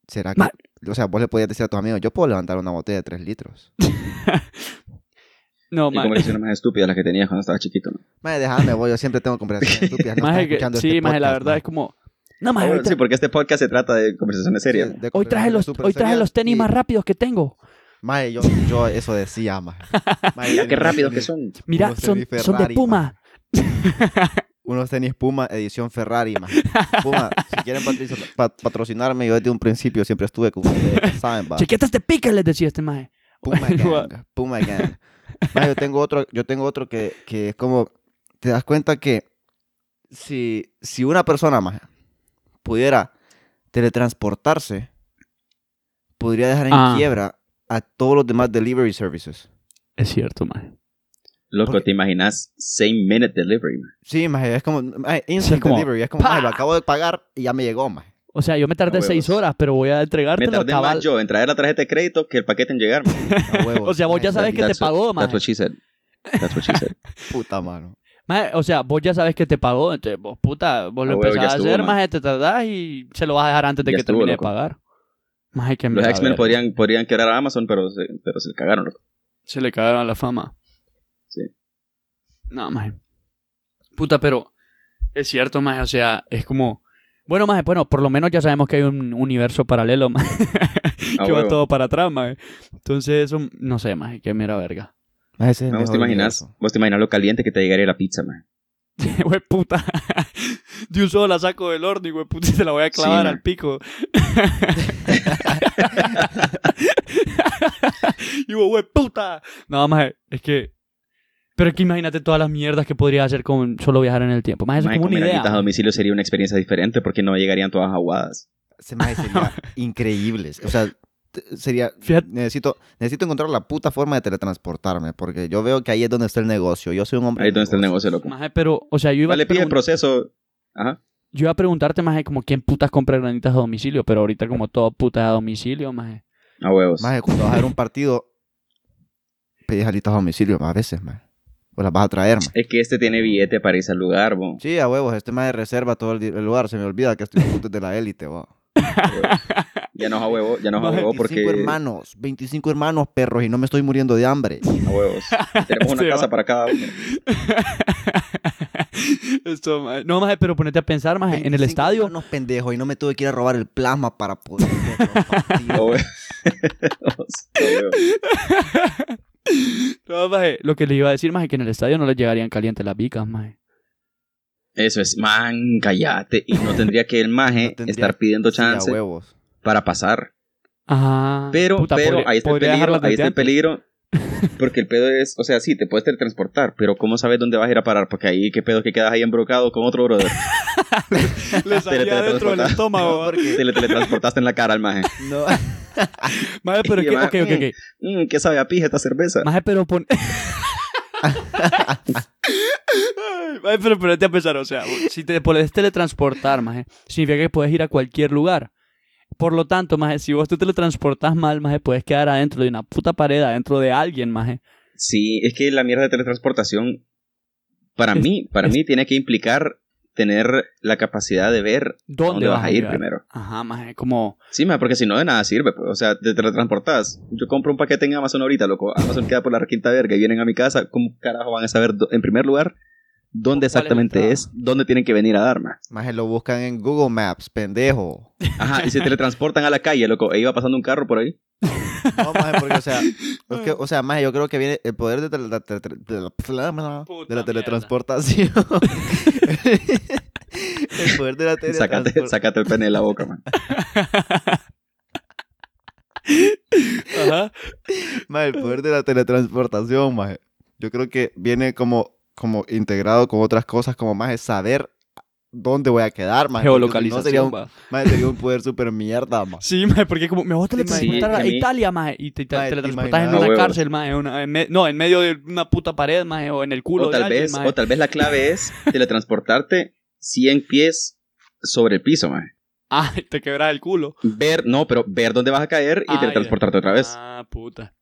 A: ¿será que...?
C: Ma-
A: O sea, vos le podías decir a tus amigos, yo puedo levantar una botella de 3 litros.
C: No,
B: Y como
C: maje.
B: las más estúpidas las que tenías cuando estaba chiquito. ¿no?
A: Madre, déjame, voy, yo siempre tengo
B: *laughs*
A: conversaciones estúpidas. No
C: Maje,
A: estás
C: que-
A: escuchando
C: sí,
A: este
C: maje, la
A: podcast,
C: verdad
A: ma.
C: es como. No, maje, ahorita-
B: Sí, porque este podcast se trata de conversaciones serias.
A: Sí, de
C: hoy traje
A: conversaciones
C: los,
A: súper
C: hoy traje
A: serias
C: los tenis
A: y-
C: más rápidos que tengo.
A: Madre, yo, yo eso decía, madre. Madre,
B: Mira *laughs* qué
A: unos
B: rápido que
A: tenis-
B: son.
C: Mira,
A: Unos
C: son,
A: tenis
C: son de
A: Ferrari,
C: Puma.
A: Unos tenis Puma edición Ferrari,
C: *laughs*
A: madre. Puma, si quieren patricio- pa- patrocinarme, yo desde un principio siempre estuve con ustedes, saben, va.
C: Chiquetas de pica, les decía este maje. *laughs*
A: Puma
C: Igual.
A: Gang. Puma Gang. Ma, yo tengo otro, yo tengo otro que, que es como, te das cuenta que si, si una persona más pudiera teletransportarse, podría dejar en
C: Ah.
A: quiebra a todos los demás delivery services.
C: Es cierto, maje.
B: Loco,
A: Porque-
B: ¿te imaginas? Same minute delivery. man.
A: Sí, ma, es como ma, instant
C: como,
A: delivery, es como, ma,
C: ¡pa!
A: lo acabo de pagar y ya me llegó, ma.
C: O sea, yo me tardé
B: Ah, huevos.
C: seis horas, pero voy a
B: Me
C: entregártelo,
B: tardé
C: cabal.
B: más yo en traer la tarjeta de crédito que el paquete en llegar. man.
C: *laughs*
A: A huevos.
C: O sea, vos
A: Ma,
C: ya
B: Ah,
A: esa
C: sabes que te
B: That's what-
C: pagó,
B: That's
C: maje.
B: what she said. That's what she said.
A: Puta, mano.
C: Maje, O sea, vos ya sabes que te pagó, entonces vos, puta, vos lo
B: Ah, huevo,
C: empezás
B: ya
C: a
B: estuvo,
C: hacer,
B: man.
C: maje, te tardás y se lo vas a dejar antes de
B: Ya
C: que
B: estuvo,
C: termine
B: loco.
C: de pagar. Maje, que
B: *laughs* Los
C: mira,
B: X-Men
C: verga.
B: podrían, podrían quebrar a Amazon, pero se, pero se le cagaron.
C: *laughs*
B: loco.
C: Se le cagaron a la fama.
B: Sí.
C: No, maje. Puta, pero es cierto, maje, o sea, es como... Bueno, maje, bueno, por lo menos ya sabemos que hay un universo paralelo, maje. *laughs*
B: A
C: que va
B: Ah, huevo.
C: todo para atrás, maje. Entonces, eso, no sé, maje, que mera verga.
A: Ma, ese es el
B: No, ¿Vos te
A: mejor
B: imaginas?
A: universo.
B: ¿Vos te imaginas lo caliente que te llegaría la pizza, man?
C: *laughs* Güey, puta. De un solo la saco del horno y, güey, puta, se la voy a clavar
B: Sí,
C: al
B: man. *laughs*
C: pico. y, güey, güey, puta. No, maje, es que... Pero es que imagínate todas las mierdas que podrías hacer con solo viajar en el tiempo. Más eso es
B: Mae,
C: como una
B: comer alitas a
C: idea.
B: domicilio sería una experiencia diferente porque no llegarían todas aguadas.
A: Se me
B: *laughs*
A: sería increíbles. O sea, t- sería.
C: Fíjate.
A: Necesito, necesito encontrar la puta forma de teletransportarme. Porque yo veo que ahí es donde está el negocio. Yo soy un hombre.
B: Ahí es
A: de
B: donde está el negocio, loco.
C: Maje, pero, o sea, yo iba,
B: Vale,
C: a
B: pide el
C: pregun-
B: proceso. Ajá.
C: yo iba a preguntarte, maje, como quién putas compra granitas a domicilio, pero ahorita como todo putas a
B: *laughs*
C: domicilio, maje.
B: A huevos.
A: Maje, cuando vas a ver
B: *laughs*
A: un partido, pedís alitas a domicilio a veces, maje. O las vas a traer, maje.
B: Es que este tiene billete para irse al lugar, bo.
A: Sí, a huevos. Este maje reserva todo el, di- el lugar. Se me olvida que estoy puto de la élite, bo.
B: Ya no es a huevo, ya no es a
C: Maje,
B: huevo
A: 25
B: porque.
A: hermanos. 25 hermanos, perros. Y no me estoy muriendo de hambre.
B: A
C: *laughs*
B: huevos. Tenemos
C: Sí,
B: una casa
C: Este va.
B: para cada
C: *laughs*
B: uno.
C: Esto, maje. No, maje, pero ponete a pensar, maje, en el
A: 25
C: estadio...
A: hermanos, pendejo. Y no me tuve que ir a robar el plasma para poder ver *laughs* los
B: A
A: partidos.
B: huevos. A huevos.
C: No, maje, lo que le iba a decir, maje, que en el estadio no le llegarían calientes las vicas, maje.
B: *laughs* Eso es, man, callate. Y no tendría que el maje
A: No tendría-
B: estar pidiendo
A: Sí, a
B: chance
A: huevos.
B: para pasar.
A: Ah,
C: Ajá.
B: Pero,
C: Puta,
B: pero
C: podría-
B: ahí está el
C: podría
B: peligro,
C: dejarlas
B: ahí
C: desde
B: está el
C: *laughs* antes.
B: peligro. Porque el pedo es, o sea, sí, te puedes teletransportar, pero ¿cómo sabes dónde vas a ir a parar? Porque ahí, ¿qué pedo que quedas ahí embrocado con otro
C: *laughs*
B: brother?
C: Le
B: Te le
C: salía dentro del
B: teletransportas.
C: estómago.
B: Te le teletransportaste en la cara al maje.
A: No.
C: Maje, pero es
B: Y *laughs*
C: que,
B: va,
C: ok, ok, ok.
B: Mmm, ¿qué sabe a pija esta cerveza?
C: Maje, pero pon... *laughs* Ay, maje, pero ponete a pensar, o sea, si te podés teletransportar, maje, significa que puedes ir a cualquier lugar. Por lo tanto, maje, si vos te teletransportás mal, maje, puedes quedar adentro de una puta pared, adentro de alguien, maje.
B: Sí, es que la mierda de teletransportación, para
C: Es-
B: mí, para
C: es-
B: mí tiene que implicar tener la capacidad de ver a
C: ¿Dónde, vas,
B: a ir
C: llegar?
B: primero.
C: Ajá, maje, como...
B: Sí, maje, porque si no, de nada sirve. pues. O sea, te teletransportas. Yo compro un paquete en Amazon ahorita, loco. Amazon queda por la quinta verga y vienen a mi casa. ¿Cómo carajo van a saber, do- en primer lugar, dónde
C: ¿Cuál es la
B: exactamente
C: entrada?
B: es, dónde tienen que venir a dar, maje?
A: Maje, lo buscan en Google Maps, pendejo.
C: *laughs*
B: Ajá, y se teletransportan a la calle, loco. E iba pasando un carro por ahí.
A: No, maje, porque, o
B: *laughs*
A: sea, es que, o sea, maje, yo creo que viene el poder de, tele- la tele- de la- de la
C: Puta
A: teletransportación. *laughs* el poder de la
B: Sácate,
A: teletransportación.
B: sácate el pene de la boca, man.
C: Ajá.
A: Maje, el poder de la teletransportación, maje. Yo creo que viene como, como integrado con otras cosas, como más saber dónde voy a quedar, maje. porque si no
C: *laughs* Geolocalización.
A: sería un,
C: va.
A: maje, sería un poder súper mierda, maje.
C: *laughs* Sí, maje, porque como me voy a teletransportar
B: Sí,
C: a
B: a mí-
C: Italia, maje, y te, te
A: Maje,
C: teletransportas en
A: imagina-
C: una
B: Ah, huevo.
C: cárcel, maje, una- en me- no, en medio de una puta pared, maje, o en el culo
B: O
C: de
B: tal,
C: alguien,
B: vez,
C: maje.
B: o tal vez la clave es teletransportarte 100 pies sobre el piso, man.
C: Ah, *laughs* te quebras el culo.
B: Ver, no, pero ver dónde vas a caer y
C: Ah,
B: teletransportarte otra vez.
C: Ah, puta.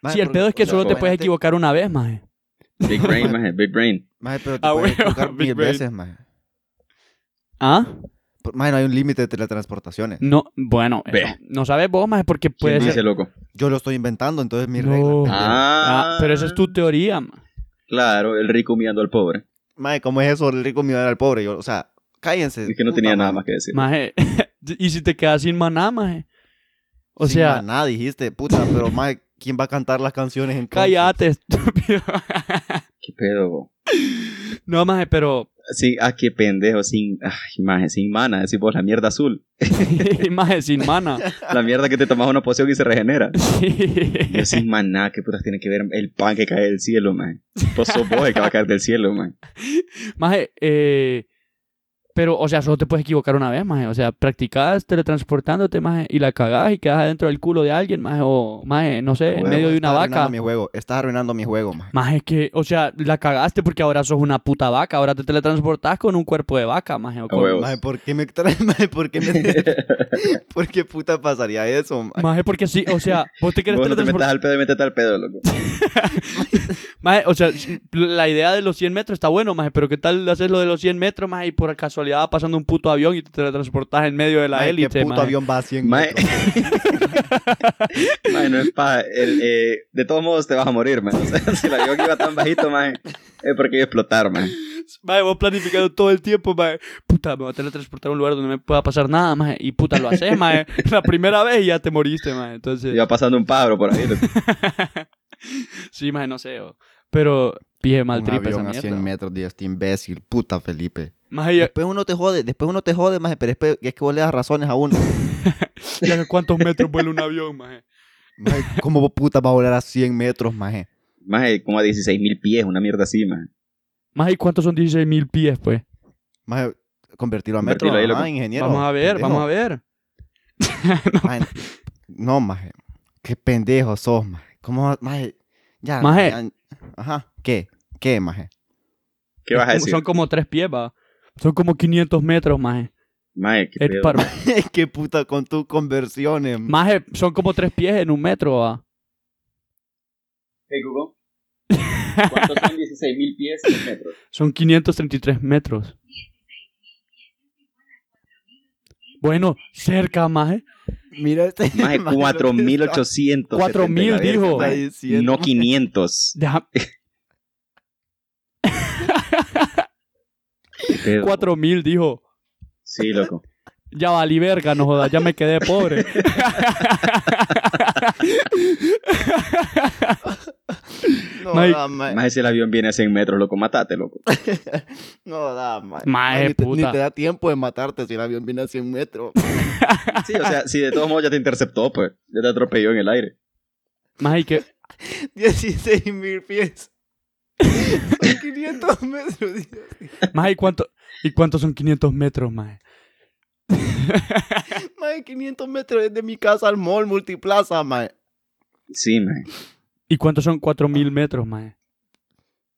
A: Maje,
C: sí, el
A: porque,
C: pedo es que
A: o sea,
C: solo te puedes
A: imagínate-
C: equivocar una vez, maje.
B: Big brain, maje, big brain.
A: Maje, pero te
C: Ah,
A: puedes
C: huevo, *laughs*
A: equivocar
C: Big
A: mil
C: Brain.
A: veces, maje.
C: ¿Ah?
A: Por- Maje, no hay un límite de teletransportaciones.
C: No, bueno,
B: Ve.
C: eso, no sabes vos, maje, porque *laughs* puede
B: ¿Quién
C: ser...
B: dice, loco?
A: Yo lo estoy inventando, entonces mi
C: No.
A: regla. pendejo.
B: Ah,
C: *laughs* Ah, pero esa es tu teoría, maje.
B: Claro, el rico humillando al pobre.
A: Mae, ¿cómo es eso el rico mirar al pobre? Yo, o sea, cállense.
B: Es que no
A: puta
B: tenía nada
A: madre.
B: más que decir.
C: Maje, *laughs* y si te quedas sin maná, maje. O
A: Sin
C: sea,
A: maná, dijiste, puta, pero mae, ¿quién va a cantar las canciones entonces?
C: cállate, *laughs* estúpido.
B: ¿Qué pedo, bo?
C: no, maje, pero... *laughs*
B: Sí, ah, qué pendejo, sin, ay, maje, sin mana, decís vos, la mierda azul.
C: maje,
B: *laughs*
C: sin *laughs* mana.
B: La mierda que te tomas una poción y se
C: *laughs*
B: regenera.
C: Sí.
B: Yo sin maná, qué putas tiene que ver el pan que cae del cielo, man. Vos sos vos el que va a caer del cielo, man.
C: Maje, eh, pero, o sea, solo te puedes equivocar una vez, maje. O sea, practicás teletransportándote, maje, y la cagás y quedás adentro del culo de alguien, maje, o, maje, no sé, en
A: Huevo,
C: medio de una
A: estás
C: vaca.
A: Arruinando mi juego. Estás arruinando mi juego, mae.
C: Maje, que, o sea, la cagaste porque ahora sos una puta vaca. Ahora te teletransportás con un cuerpo de vaca, maje. O
B: A
C: con-
B: huevo.
A: Mae, ¿por qué me traes, *laughs* mae? ¿Por qué
B: *laughs*
A: me- ¿Por qué puta pasaría eso, mae?
C: Maje, porque sí, o sea, vos te *laughs* querés
B: Vos no te metas
C: teletransportar.
B: al pedo y métete al pedo, loco.
C: Maje, o sea, si- la idea de los 100 metros está bueno, maje, pero ¿qué tal haces lo de los 100 metros, maje, y por casualidad va pasando un puto avión y te teletransportás en medio de la
A: Mae,
C: élite,
A: ¿Qué puto
C: maje?
A: avión va a 100
B: Mae.
A: metros?
B: Mae, no es paja. El, eh, de todos modos te vas a morir, man. O sea, *laughs* si la avión iba tan bajito, man, es porque iba a explotar, man.
C: Mae, vos planificando todo el tiempo, mae. Puta, me voy a teletransportar a un lugar donde no me pueda pasar nada, mae. Y puta, lo haces, mae.
A: *laughs*
C: La primera vez y ya te moriste, mae. Entonces,
B: Iba pasando un pájaro por ahí. loco.
C: sí, mae, no sé. o- Pero, pije mal
A: Un
C: tripe esa
A: avión a 100
C: mierda.
A: metros, Dios, este imbécil. Puta, Felipe.
C: Mae, ya-
A: Después uno te jode, después uno te jode, mae, pero después- es que vos le das razones a *laughs* uno.
C: ya cuántos metros vuela un avión, mae.
A: Mae, ¿cómo puta va a volar a 100 metros, mae?
B: Mae, como a 16 mil pies, una mierda así, man.
C: Mae, ¿y ¿cuántos son 16 mil pies, pues?
A: Mae, convertirlo a metro,
B: Convertirlo ahí,
A: ajá,
B: loco.
A: ingeniero.
C: Vamos a ver,
A: pendejo.
C: vamos a ver.
A: Mae, no, maje. Qué pendejo sos, maje. ¿Cómo, va- maje? Ya.
C: Maje.
A: ya- ajá. ¿Qué? ¿Qué, maje? *laughs*
B: ¿Qué
C: Es
B: vas a
C: como-
B: decir?
C: Son como tres pies, va. Son como 500 metros, mae.
B: Mae, qué
C: Es
B: pedo.
C: par-
A: Qué puta con tus conversiones, maje.
C: Mae, son como tres pies en un metro, ah. va.
D: Hey Google. ¿Cuántos
C: *laughs*
D: son 16 mil pies en metros?
C: Son 533 metros. Bueno, cerca, maje.
A: Mira este. *laughs* maje,
B: Mae,
A: lo que
B: 4800.
C: 4000
B: la verga,
C: dijo.
A: está
B: mae.
A: diciendo,
B: No
A: maje.
B: 500.
C: Deja
B: Qué pedo.
C: 4000, dijo.
B: Sí, loco.
C: Ya valí verga, no jodas, ya me quedé pobre.
A: No
C: Maje,
A: da, maje.
B: Mae, si el avión viene a 100 metros, loco, matate, loco.
A: No da, maje.
C: Maje,
A: ni, te,
C: puta.
A: ni te da tiempo de matarte si el avión viene a 100
C: *laughs*
A: metros. *laughs*
B: Sí, o sea, si de todos modos ya te interceptó, pues. Ya te atropelló en el aire.
C: Maje, que
A: 16 mil pies. Son 500 metros. Dios.
C: maje, ¿y cuánto y cuántos son 500 metros, maje?
A: Maje, 500 metros desde mi casa al mall multiplaza, maje.
B: Sí, mae.
C: ¿Y cuántos son 4000 metros, maje?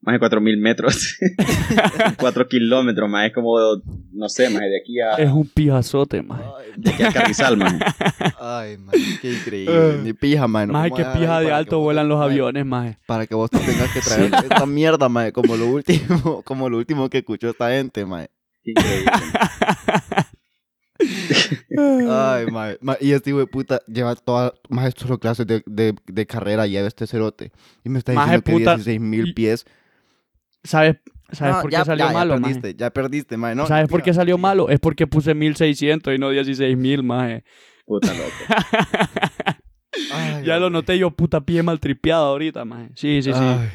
B: más de 4000 metros, *laughs* 4 kilómetros, más es como, no sé, más de aquí a,
C: Es un pijazote, maje.
A: Ay,
B: de aquí a Carrizal, más.
A: Ay, man, qué increíble.
C: *laughs*
A: Ni pija, man.
C: Maje, que pija de alto vuelan los aviones, maje.
A: Para que vos te tengas
C: *laughs*
A: que traer esta mierda, man. Como lo último, como lo último que escuchó esta gente, man. Ay, man. man, Y este hijo de puta lleva todas, más solo clases de, de, de carrera, lleva este cerote. Y me está
C: Maje,
A: diciendo que
C: puta.
A: 16 mil
C: Y-
A: pies.
C: ¿Sabes sabes
A: No,
C: por
A: ya-
C: qué salió
A: ya, ya
C: malo, maje?
A: perdiste, Ya perdiste, man. No,
C: ¿Sabes por
A: mentira.
C: qué salió malo? Es porque puse 1600 y no 16000, maje.
B: Puta loco.
A: Ay,
C: Ya lo
A: hombre.
C: noté yo, puta pie maltripeado ahorita, maje. Sí, sí, sí.
A: Ay.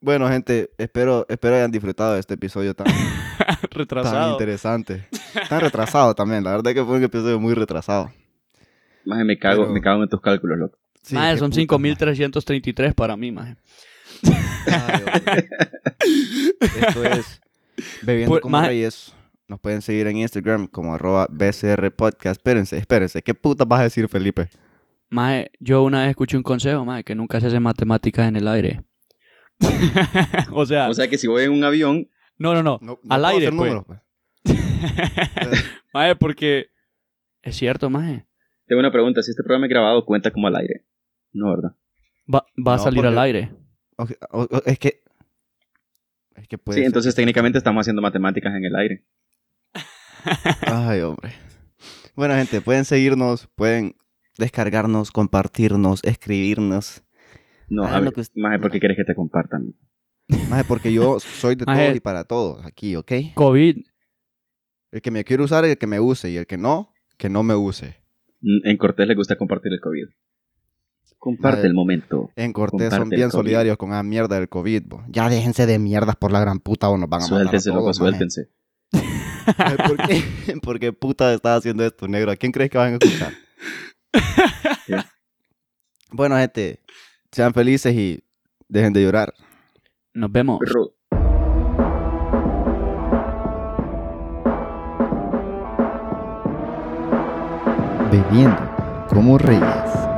A: Bueno, gente, espero, espero hayan disfrutado de este episodio
C: *laughs*
A: tan, tan
C: *laughs* Retrasado.
A: interesante. Tan retrasado también. La verdad que fue un episodio muy retrasado.
B: Maje, me cago,
A: Pero-
B: me cago en tus cálculos, loco.
A: Sí,
C: Maje,
A: qué
C: son
A: puta,
C: 5.333 para mí, maje.
A: Ay, hombre. Esto es Bebiendo
C: Por-
A: como
C: maje-
A: Reyes. Nos pueden seguir en Instagram como arroba BCR Podcast. Espérense, espérense. ¿Qué puta vas a decir, Felipe?
C: Maje, yo una vez escuché un consejo, maje, que nunca se hace matemáticas en el aire. *laughs* o sea,
B: O sea que si voy en un avión,
C: no, no, no.
A: No- no
C: Al
A: puedo
C: aire,
A: hacer
C: pues.
A: números, pues.
C: *laughs* maje, porque es cierto, maje.
B: tengo una pregunta. Si este programa es grabado, cuenta como al aire. No, ¿verdad?
C: Va, va a
A: No,
C: salir al
A: porque-
C: aire.
A: *laughs* Ok, o- o- es que. Es que puede
B: Sí,
A: ser.
B: entonces técnicamente estamos haciendo matemáticas en el aire.
A: Ay, hombre. Bueno, gente, pueden seguirnos, pueden descargarnos, compartirnos, escribirnos.
B: No,
A: Ah,
B: a
A: lo
B: ver,
A: que usted-
B: maje, ¿por qué quieres que te compartan?
A: Maje, porque yo soy de
C: Maje.
A: todos y para todos aquí, ¿ok?
C: COVID.
A: El que me quiere usar, el que me use, y el que no, que no me use.
B: Mm, En Cortés le gusta compartir el COVID. Comparte
A: Maje.
B: el momento.
A: En Cortés
B: Comparte
A: son
B: el
A: bien
B: COVID.
A: solidarios con la mierda del COVID, bo. Ya déjense de mierdas por la gran puta o nos van a matar a
B: Suéltense, loco,
A: todos, maje.
B: suéltense.
A: Maje, *laughs* ¿Por qué, *laughs* por qué puta estás haciendo esto, negro? ¿A quién crees que van a
B: *laughs*
A: escuchar?
B: Sí.
A: bueno, gente, sean felices y dejen de llorar.
C: Nos vemos.
B: Perro.
A: Bebiendo como reyes.